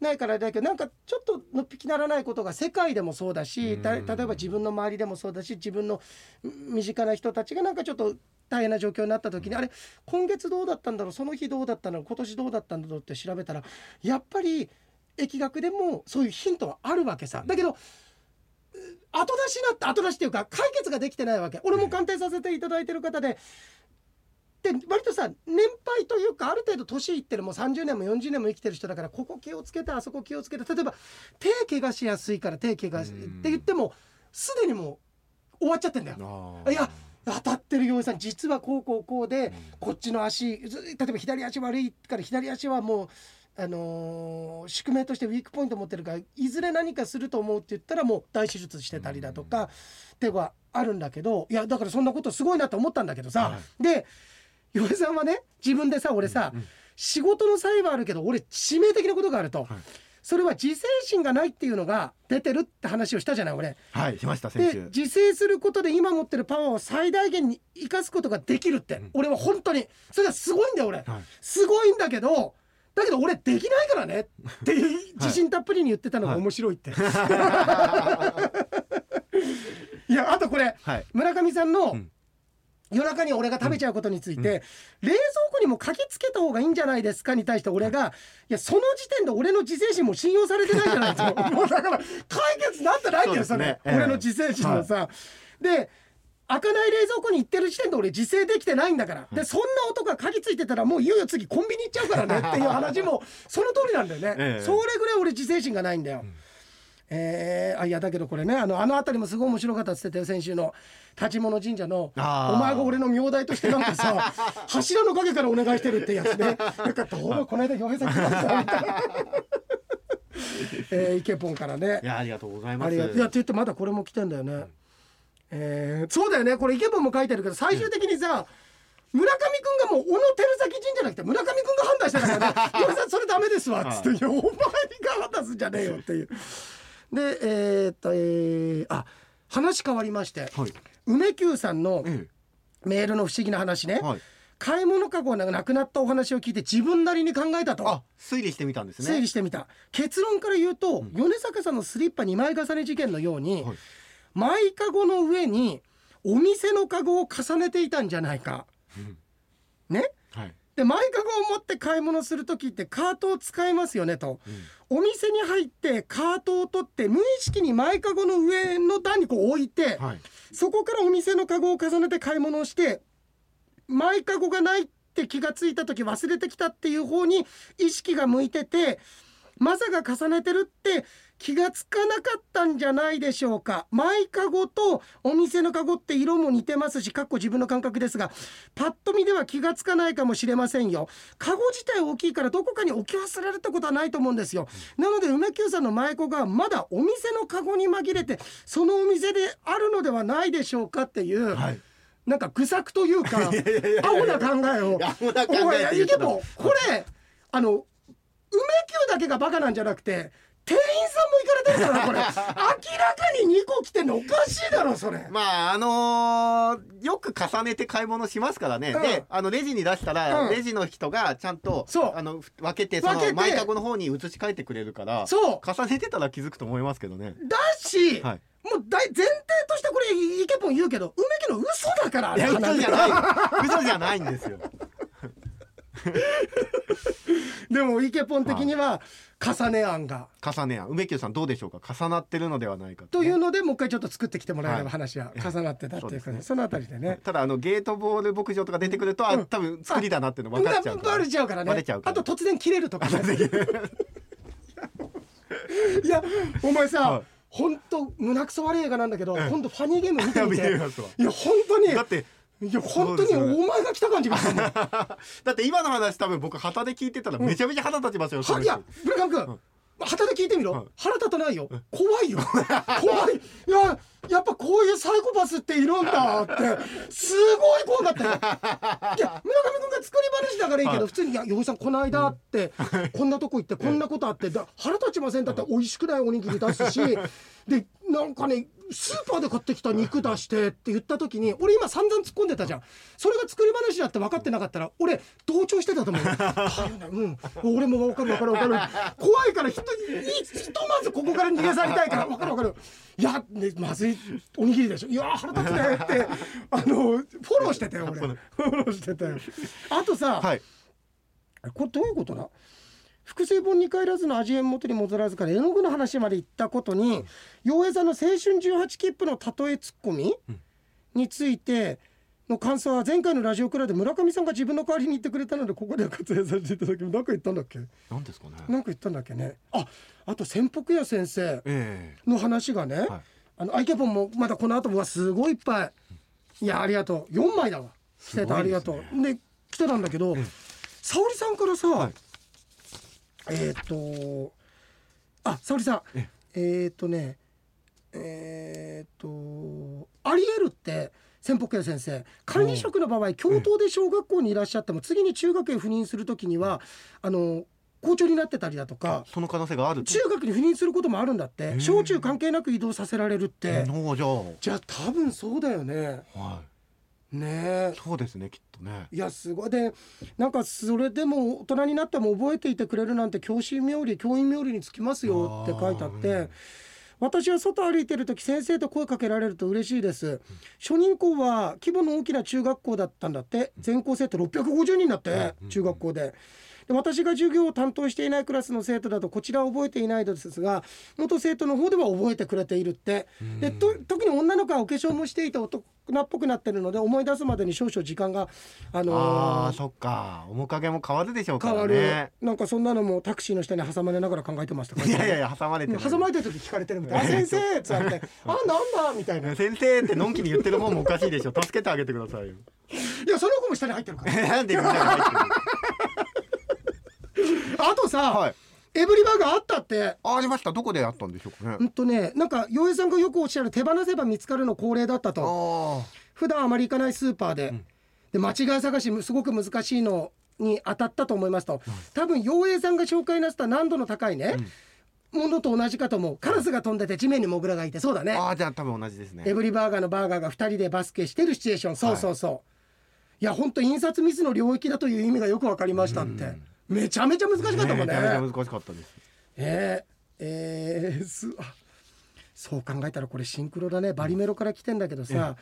Speaker 1: ないからあれだけどなんかちょっとのっぴきならないことが世界でもそうだし、た例えば自分の周りでもそうだし自分のん身近な人たちがなんかちょっと大変な状況になった時に、あれ今月どうだったんだろうその日どうだったんだろう今年どうだったんだろうって調べたらやっぱり疫学でもそういうヒントはあるわけさ。だけど後出しになった後出しっていうか解決ができてないわけ俺も鑑定させていただいてる方でで割とさ年配というかある程度年いってるもう30年も40年も生きてる人だからここ気をつけてあそこ気をつけて例えば手怪我しやすいから手怪我しっ
Speaker 2: うん
Speaker 1: て言ってもすでにもう終わっちゃってんだよ。いや当たってる洋平さん実はこうこうこうで、こっちの足ず例えば左足悪いから左足はもう。あのー宿命としてウィークポイント持ってるからいずれ何かすると思うって言ったらもう大手術してたりだとかではあるんだけどいやだからそんなことすごいなと思ったんだけどさ、
Speaker 2: は
Speaker 1: で岩井さんはね自分でさ俺さ、仕事の際はあるけど俺致命的なことがあると、
Speaker 2: はい
Speaker 1: それは自制心がないっていうのが出てるって話をしたじゃない俺。
Speaker 2: はいしました先
Speaker 1: で
Speaker 2: 週
Speaker 1: 自制することで今持ってるパワーを最大限に生かすことができるって、俺は本当にそれがすごいんだよ俺、
Speaker 2: はい
Speaker 1: すごいんだけどだけど俺できないからねっていう自信たっぷりに言ってたのが面白 いって、い、やあとこれ
Speaker 2: はい
Speaker 1: 村上さんの、
Speaker 2: ん
Speaker 1: 夜中に俺が食べちゃうことについて、冷蔵庫にも書きつけた方がいいんじゃないですかに対して俺が、いや、その時点で俺の自制心も信用されてないじゃないです か。もうだから、解決なってないんだよ、そ
Speaker 2: そうで
Speaker 1: れ
Speaker 2: すね。ええ
Speaker 1: 俺の自制心のさ。で、開かない冷蔵庫に行ってる時点で俺自制できてないんだから。で、そんな男が鍵ついてたらもういよいよ次コンビニ行っちゃうからねっていう話も、その通りなんだよね。
Speaker 2: ええ
Speaker 1: それぐらい俺自制心がないんだよ。えー、あいやだけどこれねあのあの辺りもすごい面白かったっつってたよ先週の立物神社の「お
Speaker 2: あー
Speaker 1: 前が俺の名代としてなんか さ柱の陰からお願いしてる」ってやつねなんかどうもこの間洋平さん来ましたみた いなえー、イケポンからね
Speaker 2: いやありがとうございま
Speaker 1: あ
Speaker 2: す
Speaker 1: りがとういやって言ってまだこれも来てんだよね、えーそうだよねこれイケボンも書いてるけど最終的にさ、村上君がもう小野照崎神じゃなくて村上君が判断して たからね「俺さんそれダメですわ」っつって「いやお前が判断すんじゃねえよ」っていう。でえーっとえーあ話変わりまして、
Speaker 2: はい
Speaker 1: 梅久さんの
Speaker 2: え
Speaker 1: メールの不思議な話ね、
Speaker 2: はい
Speaker 1: 買い物かごがなくなったお話を聞いて自分なりに考えたと。
Speaker 2: あ推理してみたんですね
Speaker 1: 整理してみた結論から言うと、米坂さんのスリッパ2枚重ね事件のように、
Speaker 2: はい
Speaker 1: マイカゴの上にお店のカゴを重ねていたんじゃないか、ね
Speaker 2: はい
Speaker 1: でマイカゴを持って買い物する時ってカートを使いますよねと、お店に入ってカートを取って無意識にマイカゴの上の段にこう置いて、
Speaker 2: はい
Speaker 1: そこからお店のカゴを重ねて買い物をしてマイカゴがないって気がついた時忘れてきたっていう方に意識が向いててマサが重ねてるって気がつかなかったんじゃないでしょうかマイカゴとお店のカゴって色も似てますしかっこ自分の感覚ですがパッと見では気がつかないかもしれませんよカゴ自体大きいからどこかに置き忘れるってことはないと思うんですよなので梅久さんの舞子がまだお店のカゴに紛れてそのお店であるのではないでしょうかっていう、
Speaker 2: はい
Speaker 1: なんか愚策という かアホな考えを
Speaker 2: いやアホな考えって言う
Speaker 1: で
Speaker 2: けど
Speaker 1: もこれあの梅球だけがバカなんじゃなくて店員さんも行かれてるからなこれ 明らかに2個来てんのおかしいだろそれ
Speaker 2: まああのーよく重ねて買い物しますからね、
Speaker 1: うん
Speaker 2: であのレジに出したら、
Speaker 1: うん
Speaker 2: レジの人がちゃんと
Speaker 1: そう
Speaker 2: あのふ分けてその
Speaker 1: 分けて
Speaker 2: 毎カゴの方に移し替えてくれるから
Speaker 1: そう
Speaker 2: 重ねてたら気づくと思いますけどね。
Speaker 1: だし、
Speaker 2: はい
Speaker 1: もう大前提としてこれイケポン言うけど梅木の嘘だからあ
Speaker 2: い
Speaker 1: れ
Speaker 2: や
Speaker 1: は
Speaker 2: 嘘じゃない嘘じゃないんですよ。
Speaker 1: でもイケポン的には重ね案が。
Speaker 2: 重ねや梅久さんどうでしょうか重なってるのではないか
Speaker 1: という
Speaker 2: ね
Speaker 1: のでもう一回ちょっと作ってきてもらえれ
Speaker 2: は
Speaker 1: ば
Speaker 2: い
Speaker 1: 話は重なってたっていうか
Speaker 2: そうですね
Speaker 1: そのあたりでね。
Speaker 2: ただあのゲートボール牧場とか出てくると、あ
Speaker 1: うん
Speaker 2: 多分作りだなっていうの分かっちゃうから
Speaker 1: バレちゃうからね
Speaker 2: バレちゃうから
Speaker 1: あと突然切れるとかねいやお前
Speaker 2: は
Speaker 1: さ
Speaker 2: い
Speaker 1: 本当胸くそ悪い映画なんだけど
Speaker 2: ええ
Speaker 1: 本当ファニーゲーム見てみ
Speaker 2: いや見て
Speaker 1: て
Speaker 2: みますわ
Speaker 1: いや本当に
Speaker 2: だって
Speaker 1: いや本当に
Speaker 2: そうですよ
Speaker 1: お前が来た感じがするもん
Speaker 2: だって今の話多分僕旗で聞いてたらめちゃめちゃ旗立ちますよ、その
Speaker 1: はい
Speaker 2: 人
Speaker 1: や村上君旗で聞いてみ
Speaker 2: はい
Speaker 1: ろ腹立たないよ怖 いよ怖いいややっぱこういうサイコパスっているんだってすごい怖かったよいや村上君が作り話だからいいけ
Speaker 2: は
Speaker 1: ど
Speaker 2: い
Speaker 1: 普通に「いや洋井さんこの間」ってこんなとこ行ってこんなことあってだ腹立ちませんだって美味しくないおにぎり出 すしでなんかねスーパーで買ってきた肉出してって言った時に俺今散々突っ込んでたじゃんそれが作り話だって分かってなかったら俺同調してたと思うよだよねうん 俺も分かる分かる分かる怖いからひとひひとまずここから逃げ去りたいから分かる分かるいや、ね、まずいおにぎりでしょいや腹立つねってあのフォローしてたよ俺 フォローしてたよあとさ、
Speaker 2: はい
Speaker 1: これどういうことだ複製本に帰らずの味縁元に戻らずから絵の具の話まで行ったことに洋平さんの青春18切符の例えツッコミについての感想は前回のラジオクラで村上さんが自分の代わりに言ってくれたのでここでは割愛させていただきますなんか言ったんだっけなんか
Speaker 2: 何ですかね
Speaker 1: 言ったんだっけねああと潜伏屋先生
Speaker 2: え
Speaker 1: の話がね、
Speaker 2: はい
Speaker 1: あのアイケポンもまだこの後もうわすごいいっぱいいやありがとう4枚だわ来て
Speaker 2: すごいです
Speaker 1: た、
Speaker 2: ね
Speaker 1: ありがとうで来てたんだけど、沙織さんからさ、
Speaker 2: い
Speaker 1: えーっ、とあ沙織さん
Speaker 2: え
Speaker 1: えーっ、とねえーっ、とありえるって仙北谷先生管理職の場合教頭で小学校にいらっしゃっても次に中学へ赴任するときにはあの校長になってたりだと
Speaker 2: え
Speaker 1: か
Speaker 2: その可能性がある
Speaker 1: 中学に赴任することもあるんだって
Speaker 2: ー
Speaker 1: 小中関係なく移動させられるって
Speaker 2: のじゃ
Speaker 1: じゃあ多分そうだよね
Speaker 2: あは
Speaker 1: ねえ
Speaker 2: いそうですねきっとね
Speaker 1: いやすごいでなんかそれでも大人になっても覚えていてくれるなんて教師冥利教員冥利につきますよって書いてあって、
Speaker 2: あーうん
Speaker 1: 私は外歩いてる時先生と声かけられると嬉しいです初任校は規模の大きな中学校だったんだって全校生徒650人だって中学校で。で私が授業を担当していないクラスの生徒だとこちらは覚えていないのですが元生徒の方では覚えてくれているってでと特に女の子はお化粧もしていて男っぽくなってるので思い出すまでに少々時間が、あのー
Speaker 2: ああそっか面影も変わるでしょうか
Speaker 1: 変わ
Speaker 2: ら
Speaker 1: る、
Speaker 2: ね
Speaker 1: なんかそんなのもタクシーの下に挟まれながら考えてましたから
Speaker 2: いやいやいや挟まれてない
Speaker 1: 挟まれてる時聞かれてるみたいな「あ先生」っつって「あなんだ」みたいな「い
Speaker 2: 先生ってのんきに言ってる方もおかしいでしょ助けてあげてくださ いよ
Speaker 1: やその子も下に入ってる から
Speaker 2: なんでみんなが入ってる」
Speaker 1: あとさ、
Speaker 2: はい
Speaker 1: エブリバーがあったって
Speaker 2: あありましたどこであったんでしょうかね
Speaker 1: うんとねなんか洋平さんがよくおっしゃる手放せば見つかるの恒例だったと
Speaker 2: あ
Speaker 1: 普段あまり行かないスーパーで,、で間違い探しすごく難しいのに当たったと思いますと、多分陽平さんが紹介なさった難度の高いね、ものと同じかと思うカラスが飛んでて地面にモグラがいてそうだね
Speaker 2: あああじゃあ多分同じですね
Speaker 1: エブリバーガーのバーガーが2人でバスケしてるシチュエーションそうそうそう、い、や本当印刷ミスの領域だという意味がよく分かりましたってめちゃめちゃ難しかったもんね
Speaker 2: めちゃめちゃ難しかったです
Speaker 1: えー、えー、すあそう考えたらこれシンクロだねバリメロから来てんだけどさ、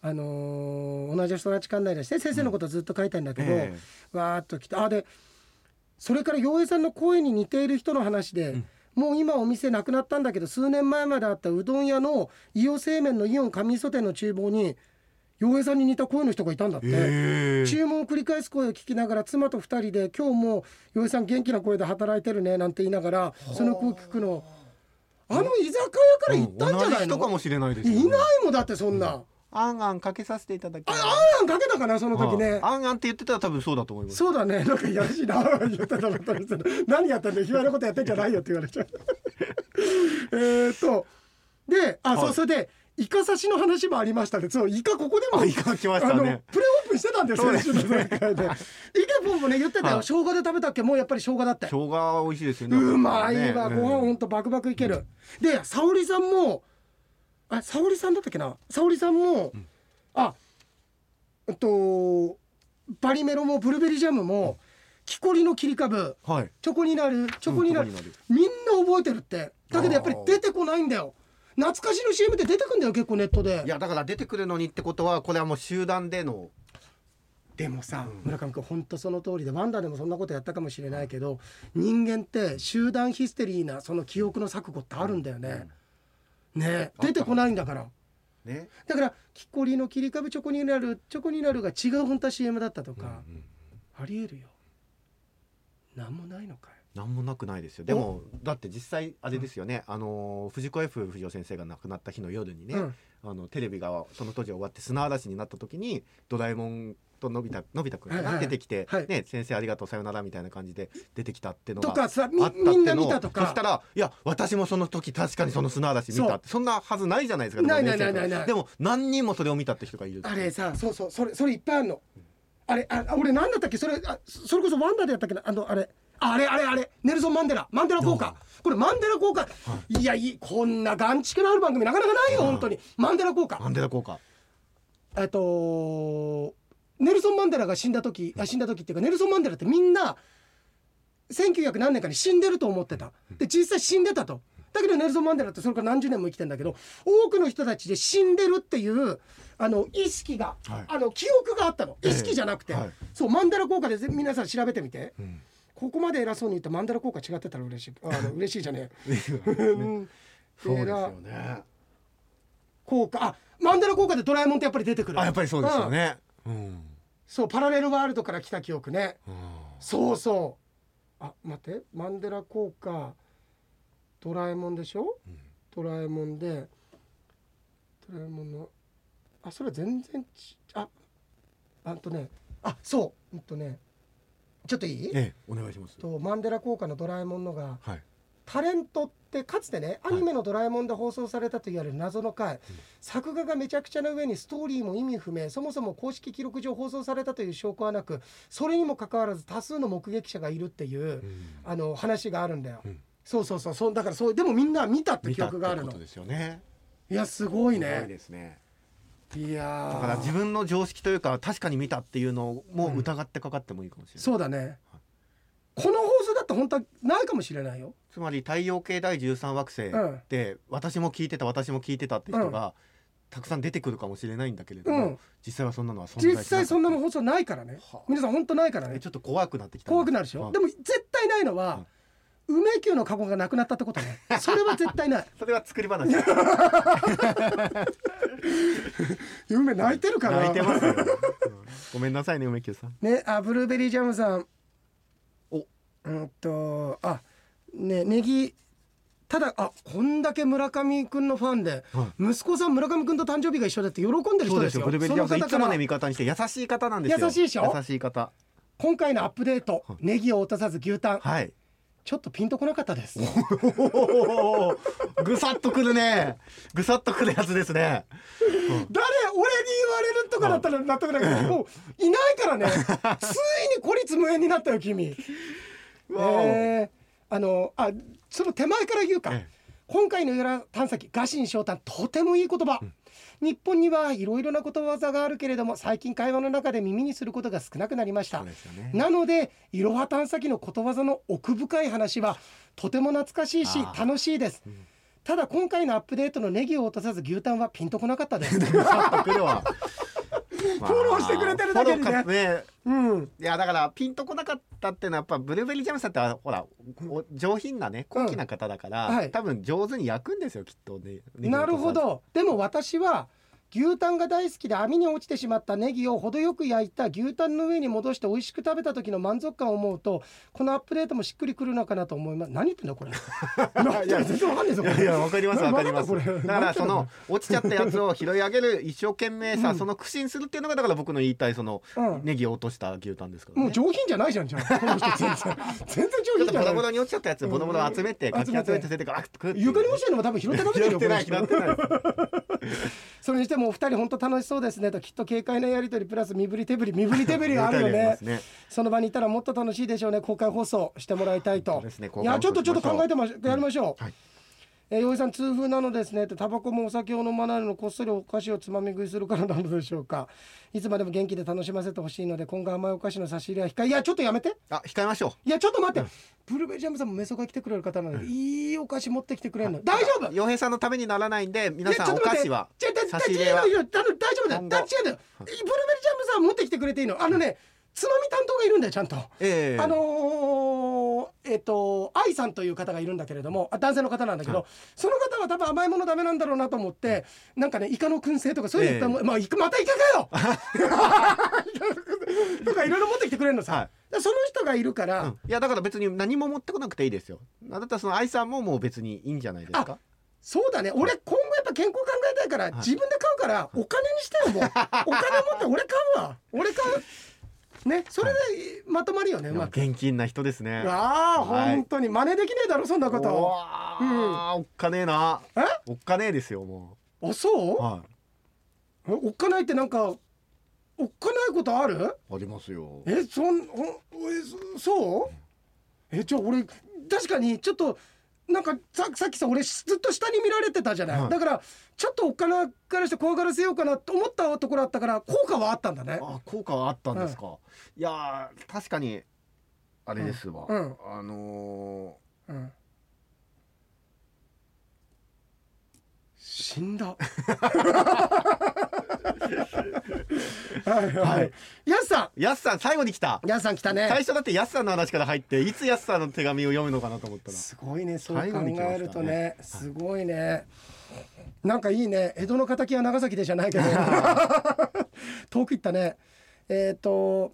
Speaker 1: あのー同じ人たち館内でして先生のことずっと書いたんだけど、
Speaker 2: え
Speaker 1: わーっと来てあでそれから洋平さんの声に似ている人の話で、もう今お店なくなったんだけど数年前まであったうどん屋の伊予製麺のイオン上磯店の厨房に洋平さんに似た声の人がいたんだって。
Speaker 2: え
Speaker 1: 注文を繰り返す声を聞きながら妻と2人で「今日も洋井さん元気な声で働いてるね」なんて言いながらその声を聞くのあの居酒屋から行ったんじゃない
Speaker 2: 同じ人か
Speaker 1: の
Speaker 2: もしれないですよね
Speaker 1: いないもんだってそんな
Speaker 2: あんあんかけさせていただきます
Speaker 1: あんかけたかなその時ね
Speaker 2: あんあんって言ってたら多分そうだと思います
Speaker 1: そうだねなんかいやらしいな言ってたのと何やってんの卑猥な ことやってんじゃないよって言われちゃうえーっとであ、そう
Speaker 2: はい
Speaker 1: それでイカ刺しの話もありましたねそうイカここでも
Speaker 2: あイカ来ましたね
Speaker 1: あのプレオープンしてたんです
Speaker 2: そ
Speaker 1: よ
Speaker 2: うですね
Speaker 1: 先週の段階 でイケポンもね言ってたよ、
Speaker 2: はい
Speaker 1: 生姜で食べたっけもうやっぱり生姜だって
Speaker 2: 生姜は美味しいですよね。
Speaker 1: うまいわ、
Speaker 2: ね
Speaker 1: ご飯ほんとバクバクいける、で沙織さんもあ沙織さんだったっけな沙織さんも、あえっとバリメロもブルーベリージャムも、木こりの切り株
Speaker 2: はい。
Speaker 1: チョコになるチョコになる,、
Speaker 2: チョコになる
Speaker 1: みんな覚えてるってだけどやっぱり出てこないんだよ懐かしの CM って出てくんだよ結構ネットで
Speaker 2: いやだから出てくるのにってことはこれはもう集団での
Speaker 1: でもさ、村上君本当その通りでワンダーでもそんなことやったかもしれないけど人間って集団ヒステリーなその記憶の錯誤ってあるんだよね、ね
Speaker 2: あった
Speaker 1: 出てこないんだから
Speaker 2: ね。
Speaker 1: だから木こりの切り株チョコになるチョコになるが違う本当は CM だったとか、ありえるよなんもないのかい
Speaker 2: なんもなくないですよ。でもだって実際あれですよね。あのー藤子 F 不二雄先生が亡くなった日の夜にね、
Speaker 1: うん
Speaker 2: あのテレビがその当時終わって砂嵐になった時にドラえもんとのび太のび太くん
Speaker 1: はいはい
Speaker 2: が
Speaker 1: はい
Speaker 2: 出てきて、
Speaker 1: はい
Speaker 2: ね先生ありがとうさよならみたいな感じで出てきたってのが
Speaker 1: とかさみ
Speaker 2: あったっての
Speaker 1: みんな見たとか
Speaker 2: そしたらいや私もその時確かにその砂嵐見たってそんなはずないじゃないですか。
Speaker 1: ない
Speaker 2: でもね
Speaker 1: ないないないない
Speaker 2: でも何人もそれを見たって人がいる。
Speaker 1: あれさそうそうそれそれいっぱいあるのあれあ俺なんだったっけそれあそれこそワンダーでやったっけなあのあれあれあれあれネルソン・マンデラマンデラ効果これマンデラ効果、い、やいいこんなガンチクのある番組なかなかないよ、本当にマンデラ効
Speaker 2: な
Speaker 1: 果
Speaker 2: んでだこうか。
Speaker 1: えっとネルソン・マンデラが死んだ時あ死んだ時っていうかネルソン・マンデラってみんな1900何年かに死んでると思ってたで実際死んでたとだけどネルソン・マンデラってそれから何十年も生きてんだけど多くの人たちで死んでるっていうあの意識が、
Speaker 2: はい
Speaker 1: あの記憶があったの意識じゃなくて、
Speaker 2: ええはい
Speaker 1: そうマンデラ効果でぜ皆さん調べてみて、
Speaker 2: ん
Speaker 1: ここまで偉そうに言ってマンデラ効果違ってたら嬉しいあの嬉しいじゃねえ。うん
Speaker 2: そうです
Speaker 1: マ
Speaker 2: よ
Speaker 1: ンデラ
Speaker 2: ね。
Speaker 1: 効果あマンデラ効果でドラえもんってやっぱり出てくる
Speaker 2: あやっぱりそうですよね。うん
Speaker 1: そうパラレルワールドから来た記憶ね
Speaker 2: うん
Speaker 1: そうそうあ待ってマンデラ効果ドラえもんでしょ、ドラえもんでドラえもんのあそれは全然ちああんとねあそううんとねちょっといい、
Speaker 2: ええ、お願いします。
Speaker 1: とマンデラ効果のドラえもんのが
Speaker 2: はい。
Speaker 1: タレントってかつてねアニメの「ドラえもん」で放送されたといわれる謎の回、作画がめちゃくちゃな上にストーリーも意味不明そもそも公式記録上放送されたという証拠はなくそれにもかかわらず多数の目撃者がいるっていう、あの話があるんだよ、
Speaker 2: うん
Speaker 1: そうそうそうそうだからそうでもみんな見たって
Speaker 2: 見
Speaker 1: 記
Speaker 2: たって
Speaker 1: 憶がある
Speaker 2: こ
Speaker 1: の
Speaker 2: とですよね。
Speaker 1: いやすごい
Speaker 2: すごい
Speaker 1: ね
Speaker 2: ですね。
Speaker 1: いやー
Speaker 2: だから自分の常識というか確かに見たっていうのも疑ってかかってもいいかもしれない。
Speaker 1: そうだねこの放送だって本当はないかもしれないよ
Speaker 2: つまり太陽系第13惑星
Speaker 1: うん
Speaker 2: で私も聞いてた私も聞いてたって人がたくさん出てくるかもしれないんだけれど
Speaker 1: うん
Speaker 2: も実際はそんなのは存在しな
Speaker 1: 実
Speaker 2: かった
Speaker 1: 際そんなの放送ないからね
Speaker 2: はあ
Speaker 1: 皆さん本当ないから
Speaker 2: え
Speaker 1: ね
Speaker 2: ちょっと怖くなってきた。
Speaker 1: 怖くなるでしょ、
Speaker 2: はい
Speaker 1: でも絶対ないのは、梅宮の過去がなくなったってこと ねそれは絶対ない
Speaker 2: それは作り話。
Speaker 1: 梅 泣いてるから
Speaker 2: 泣いてますよ。うん ごめんなさいね梅木さん。
Speaker 1: ねあブルーベリージャムさん
Speaker 2: お
Speaker 1: うんとあねネギただあこんだけ村上くんのファンで、
Speaker 2: は
Speaker 1: 息子さん村上くんと誕生日が一緒だって喜んでる
Speaker 2: そう
Speaker 1: 人
Speaker 2: で
Speaker 1: ですす
Speaker 2: よ。
Speaker 1: よ
Speaker 2: ブルーベリージャムさんい
Speaker 1: その方
Speaker 2: つ
Speaker 1: から
Speaker 2: もね味方にして優しい方なんですよ。
Speaker 1: 優しいでしょ
Speaker 2: 優しい方。
Speaker 1: 今回のアップデート、ネギを落とさず牛タン、
Speaker 2: はい。
Speaker 1: ちょっとピンとこなかったです
Speaker 2: おーぐさっとくるねぐさっとくるやつで すね
Speaker 1: 誰俺に言われるとかだったら納得だけどもういないからね ついに孤立無縁になったよ君。
Speaker 2: わお
Speaker 1: えーあのあその手前から言うか、
Speaker 2: ええ
Speaker 1: 今回の由良探査機臥薪嘗胆とてもいい言葉、日本にはいろいろなことわざがあるけれども最近会話の中で耳にすることが少なくなりました、
Speaker 2: そうですよね
Speaker 1: なのでいろは探査機のことわざの奥深い話はとても懐かしいし
Speaker 2: あー
Speaker 1: 楽しいです、ただ今回のアップデートのネギを落とさず牛タンはピンとこなかったです
Speaker 2: ぐさっとくるわフ
Speaker 1: ォローしてくれてるだけにね
Speaker 2: ね
Speaker 1: うん
Speaker 2: いやだからピンとこなかったっていうのはやっぱブルーベリージャムさんってほらお上品なね高貴な方だから、
Speaker 1: うんはい
Speaker 2: 多分上手に焼くんですよきっとね
Speaker 1: なるほどでも私は牛タンが大好きで網に落ちてしまったネギを程よく焼いた牛タンの上に戻して美味しく食べた時の満足感を思うとこのアップデートもしっくりくるのかなと思います何言ってんだこれ何言ってんだ全然わかんないぞ
Speaker 2: い
Speaker 1: これ
Speaker 2: やいやわかりますわかります
Speaker 1: これ
Speaker 2: だからその落ちちゃったやつを拾い上げる一生懸命さ、その苦心するっていうのがだから僕の言いたいその、
Speaker 1: うん
Speaker 2: ネギを落とした牛タンですからね
Speaker 1: もう上品じゃないじゃんじゃあこの人全然全然
Speaker 2: ちょ
Speaker 1: 上
Speaker 2: っ
Speaker 1: 品じ
Speaker 2: とボロ
Speaker 1: ゃ
Speaker 2: ボ
Speaker 1: な
Speaker 2: ロ
Speaker 1: い
Speaker 2: に落ちちゃったやつボロボロ集め
Speaker 1: う
Speaker 2: て
Speaker 1: ん
Speaker 2: かき集めて出てからあくっくっていう
Speaker 1: 床に落ちてるのも多分拾って食べて
Speaker 2: 拾
Speaker 1: る
Speaker 2: っ
Speaker 1: よ
Speaker 2: てない
Speaker 1: この
Speaker 2: 拾っ
Speaker 1: 人
Speaker 2: てない
Speaker 1: それにしてもお二人本当楽しそうですねときっと軽快なやり取りプラス身振り手振り身振り手振りがあるよ
Speaker 2: 身振り手振りありま
Speaker 1: ね
Speaker 2: すね
Speaker 1: その場にいたらもっと楽しいでしょうね公開放送してもらいたいと
Speaker 2: そうですね公
Speaker 1: い
Speaker 2: 開放
Speaker 1: や
Speaker 2: 送
Speaker 1: ちょっとちょっと
Speaker 2: しましょう
Speaker 1: 考えてましやりましょう、
Speaker 2: はい
Speaker 1: えー、洋井さん痛風なのですねってタバコもお酒を飲まないのにこっそりお菓子をつまみ食いするからなのでしょうかいつまでも元気で楽しませてほしいので今後甘いお菓子の差し入れは控えいやちょっとやめて
Speaker 2: あ控えましょ
Speaker 1: いやちょっと待ってブルーベリージャムさんもメソが来てくれる方なのでいいお菓子持ってきてくれるの大丈夫
Speaker 2: う洋平さんのためにならないんで皆さんお
Speaker 1: いや
Speaker 2: 菓
Speaker 1: ち
Speaker 2: 子
Speaker 1: ょっ
Speaker 2: は
Speaker 1: と待って違う違う
Speaker 2: 差し入れ
Speaker 1: 違
Speaker 2: は
Speaker 1: う違うあの大丈夫だよ
Speaker 2: 今後
Speaker 1: だ違うんだよブルーベリージャムさん持ってきてくれていいのあのねつまみ担当がいるんだよちゃんと、
Speaker 2: ええ
Speaker 1: あのーえっと愛さんという方がいるんだけれどもあ男性の方なんだけど、その方は多分甘いものダメなんだろうなと思って、なんかねイカの燻製とかそういうのいっぱいも、まあイカまたイカかよ とかいろいろ持ってきてくれるのさ、
Speaker 2: はい
Speaker 1: でその人がいるから、
Speaker 2: うんいやだから別に何も持ってこなくていいですよあなたその愛さんももう別にいいんじゃないですか
Speaker 1: そうだね俺今後やっぱ健康考えたいから、自分で買うからお金にしてよ もうお金持って俺買うわ俺買うねそれでまとまるよねう
Speaker 2: いや
Speaker 1: まく
Speaker 2: 現金な人ですね
Speaker 1: ああ、
Speaker 2: はい
Speaker 1: 本当に真似できねえだろそんなこ
Speaker 2: お
Speaker 1: と
Speaker 2: わーおっかねえな
Speaker 1: え
Speaker 2: おっかねえですよも
Speaker 1: あそう
Speaker 2: う、はい
Speaker 1: えおっかないってなんかおっかないことある
Speaker 2: ありますよ
Speaker 1: えそんほんえそそうえじゃあ俺確かにちょっとなんかささっきさ俺しずっと下に見られてたじゃない、
Speaker 2: はい
Speaker 1: だからちょっとおっかなからして怖がらせようかなと思ったところあったから効果はあったんだね
Speaker 2: あ効果はあったんですか、いやー確かにあれですわ、
Speaker 1: うんうん
Speaker 2: あの
Speaker 1: うん死ん だ。はいは
Speaker 2: はいい。
Speaker 1: ヤスさ
Speaker 2: ー、やすさん最後に来
Speaker 1: ん、
Speaker 2: た
Speaker 1: ヤスさん来た
Speaker 2: 最
Speaker 1: ね。
Speaker 2: 初だってやすさんの話から入っていつやすさんの手紙を読むのかなと思ったら
Speaker 1: すごいね、そう
Speaker 2: 最
Speaker 1: 考
Speaker 2: 後に来ましたね
Speaker 1: えるとね、すごいね。なんかいいね、江戸の敵は長崎でじゃない けど。遠く行ったね。えっ、と。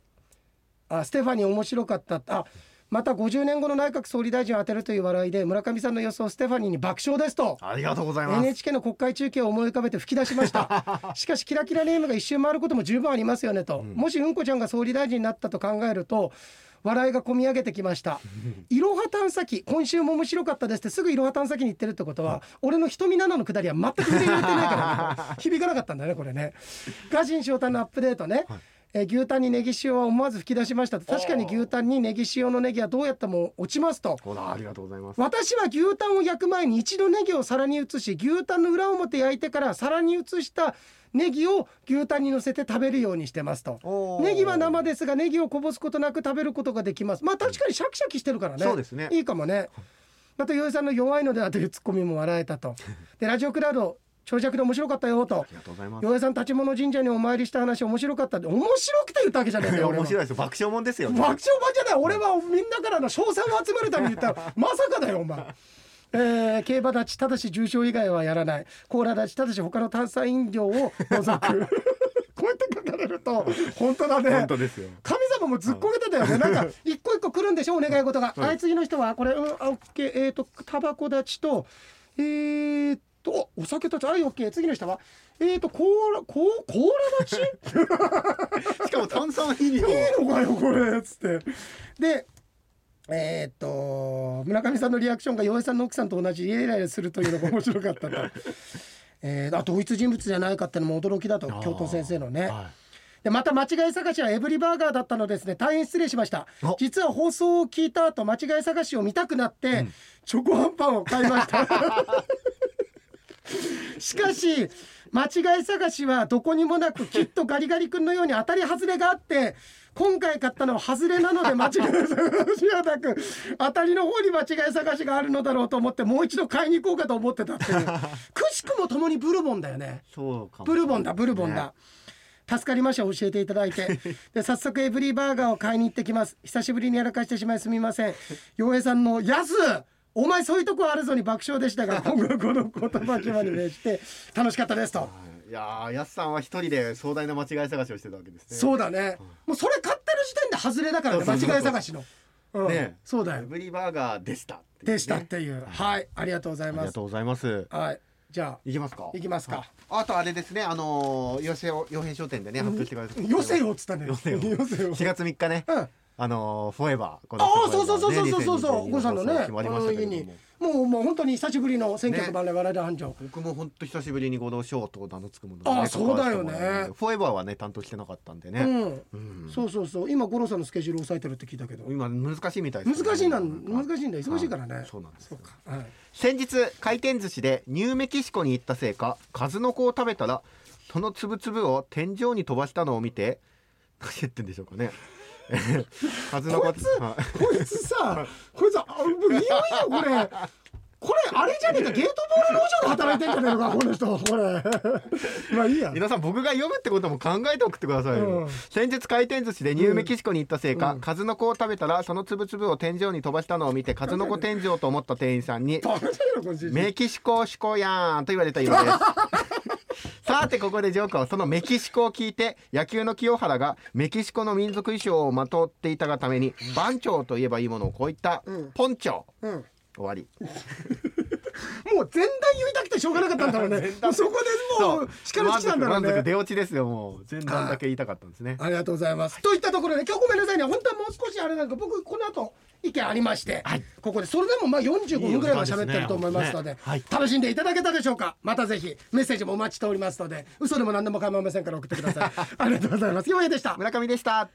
Speaker 1: あ、ステファニー面白かった。あ。また50年後の内閣総理大臣を当てるという笑いで村上さんの予想ステファニーに爆笑ですと
Speaker 2: ありがとうございます
Speaker 1: NHK の国会中継を思い浮かべて吹き出しました しかしキラキラネームが一周回ることも十分ありますよねと、もしうんこちゃんが総理大臣になったと考えると笑いがこみ上げてきました「いろは探査機今週も面白かったです」ってすぐいろは探査機に行ってるってことは俺の瞳七のくだりは全く振り入れてないから ね響かなかったんだねこれね。ガジン翔太のアップデートね、えー牛タンにネギ塩は思わず吹き出しましたと確かに牛タンにネギ塩のネギはどうやっても落ちますと。
Speaker 2: ほらありがとうございます
Speaker 1: 私は牛タンを焼く前に一度ネギを皿に移し牛タンの裏表焼いてから皿に移したネギを牛タンに乗せて食べるようにしてますと
Speaker 2: おー
Speaker 1: ネギは生ですがネギをこぼすことなく食べることができますまあ確かにシャキシャキしてるからね
Speaker 2: そうですね
Speaker 1: いいかもねまた洋井さんの弱いのではというツッコミも笑えた とでラジオクラウド長尺で面白かったよと
Speaker 2: ありがとうございます
Speaker 1: 洋井さん立ち物神社にお参りした話面白かったって面白くて言ったわけじゃないん
Speaker 2: い
Speaker 1: だ
Speaker 2: や
Speaker 1: よ俺は
Speaker 2: 面白いですよ爆笑もんですよね
Speaker 1: 爆笑版じゃない俺はみんなからの賞賛を集めるために言った らまさかだよお前。えー競馬立ちただし重賞以外はやらないコーラ立ちただし他の炭酸飲料を除く こうやって書かれると本当だね
Speaker 2: 本当ですよ
Speaker 1: 神様もずっこけてたよね、なんか一個一個来るんでしょお願い事が、
Speaker 2: はい
Speaker 1: あい次の人はこれうんあオッケーえっ、とタバコ立ちとえー、っとお酒立ちはいオッケー次の人はえー、っとコーラコーコーラ立ち
Speaker 2: しかも炭酸飲料
Speaker 1: いいのかよこれつってでえーっと村上さんのリアクションが洋江さんの奥さんと同じイライラするというのが面白かったと。えーあ同一人物じゃないかってのも驚きだと教頭先生のね、
Speaker 2: は
Speaker 1: でまた間違い探しはエブリバーガーだったのですね大変失礼しました
Speaker 2: お
Speaker 1: 実は放送を聞いた後間違い探しを見たくなって、チョコハンパンを買いましたしかし間違い探しはどこにもなくきっとガリガリ君のように当たり外れがあって今回買ったのは外れなので間違い探しはなく当たりの方に間違い探しがあるのだろうと思ってもう一度買いに行こうかと思ってたっていうくしくも共にブルボンだよね
Speaker 2: そうかも
Speaker 1: ブルボンだブルボンだ、助かりました教えていただい てで早速エブリィバーガーを買いに行ってきます久しぶりにやらかしてしまいすみません洋平さんの「やすお前そういうとこあるぞ」に爆笑でした が今後この言葉際に銘じて楽しかったですと。
Speaker 2: はいいやーやすさんは一人で壮大な間違い探しをしてたわけですね
Speaker 1: そうだねもうそれ買ってる時点で外れだからね
Speaker 2: そうそうそう
Speaker 1: 間違い探しの、うん
Speaker 2: ね
Speaker 1: そうだよ
Speaker 2: エブリバーガーでしたっていうね
Speaker 1: でしたっていうはいありがとうござい
Speaker 2: あり
Speaker 1: ま
Speaker 2: が
Speaker 1: す
Speaker 2: とうございます
Speaker 1: はいじゃあ
Speaker 2: いきますか
Speaker 1: いきますか
Speaker 2: あとあれですねあのー、寄せを洋平商店でね発表してください
Speaker 1: よせよっつったね
Speaker 2: 寄せよ
Speaker 1: よせよ
Speaker 2: 4月3日ね、
Speaker 1: うん
Speaker 2: あのフォーエバーこ
Speaker 1: ああそうそうそうそうそうそうそう郷さんのね
Speaker 2: 決
Speaker 1: あ
Speaker 2: まりまし
Speaker 1: の
Speaker 2: たけ
Speaker 1: 家
Speaker 2: れど
Speaker 1: に
Speaker 2: も
Speaker 1: もうもう本当に久しぶりの選挙区番で我々繁盛
Speaker 2: 僕も本当久しぶりに合同しようと名のつくものに
Speaker 1: あそうだよね
Speaker 2: 関わらせてもらったんでフォーエバーはね担当してなかったんで
Speaker 1: う
Speaker 2: ね、
Speaker 1: ん
Speaker 2: うん
Speaker 1: そうそうそう今五郎さんのスケジュール抑えてるって聞いたけど
Speaker 2: 今難しいみたいですね
Speaker 1: 難しいなん
Speaker 2: か
Speaker 1: 難しいんだよ忙しいからね
Speaker 2: そうなんです
Speaker 1: そうかはい
Speaker 2: 先日回転寿司でニューメキシコに行ったせいか数の子を食べたらその粒々を天井に飛ばしたのを見て何言ってんでしょうかね 数の子
Speaker 1: こいつこいつさこいつあもういよいよこれこれあれじゃねえかゲートボール農場で働いてんじゃねえのかこの人これまあいいや
Speaker 2: 皆さん僕が読むってことも考えておくってくださいよ、
Speaker 1: うん
Speaker 2: 先日回転寿司でニューメキシコに行ったせいか、
Speaker 1: うん
Speaker 2: 数の子を食べたらその粒々を天井に飛ばしたのを見て数の子天井と思った店員さんに
Speaker 1: バカじゃねえのこの人
Speaker 2: メキシコ志向やんと言われたようです さてここでジョーカーはそのメキシコを聞いて野球の清原がメキシコの民族衣装をまとっていたがために番長といえばいいものをこういった
Speaker 1: うん
Speaker 2: ポンチョ
Speaker 1: うん
Speaker 2: 終わり
Speaker 1: もう前段言いたくてしょうがなかったんだろうねそこでもう力尽きたんだろう
Speaker 2: 満足満足
Speaker 1: ね
Speaker 2: 出落ちですよもう前段だけ言いたかったんですね
Speaker 1: ありがとうございます。といったところで今日ごめんなさいね本当はもう少しあれなんか僕この後意見ありまして、
Speaker 2: はい
Speaker 1: ここでそれでもまあ45分ぐらいは喋ってると思いますので
Speaker 2: いいお時間ですねはい
Speaker 1: 楽しんでいただけたでしょうかまたぜひメッセージも お待ちしておりますので嘘でも何でも構いませんから送ってくださいありがとうございますようやでした
Speaker 2: 村上でした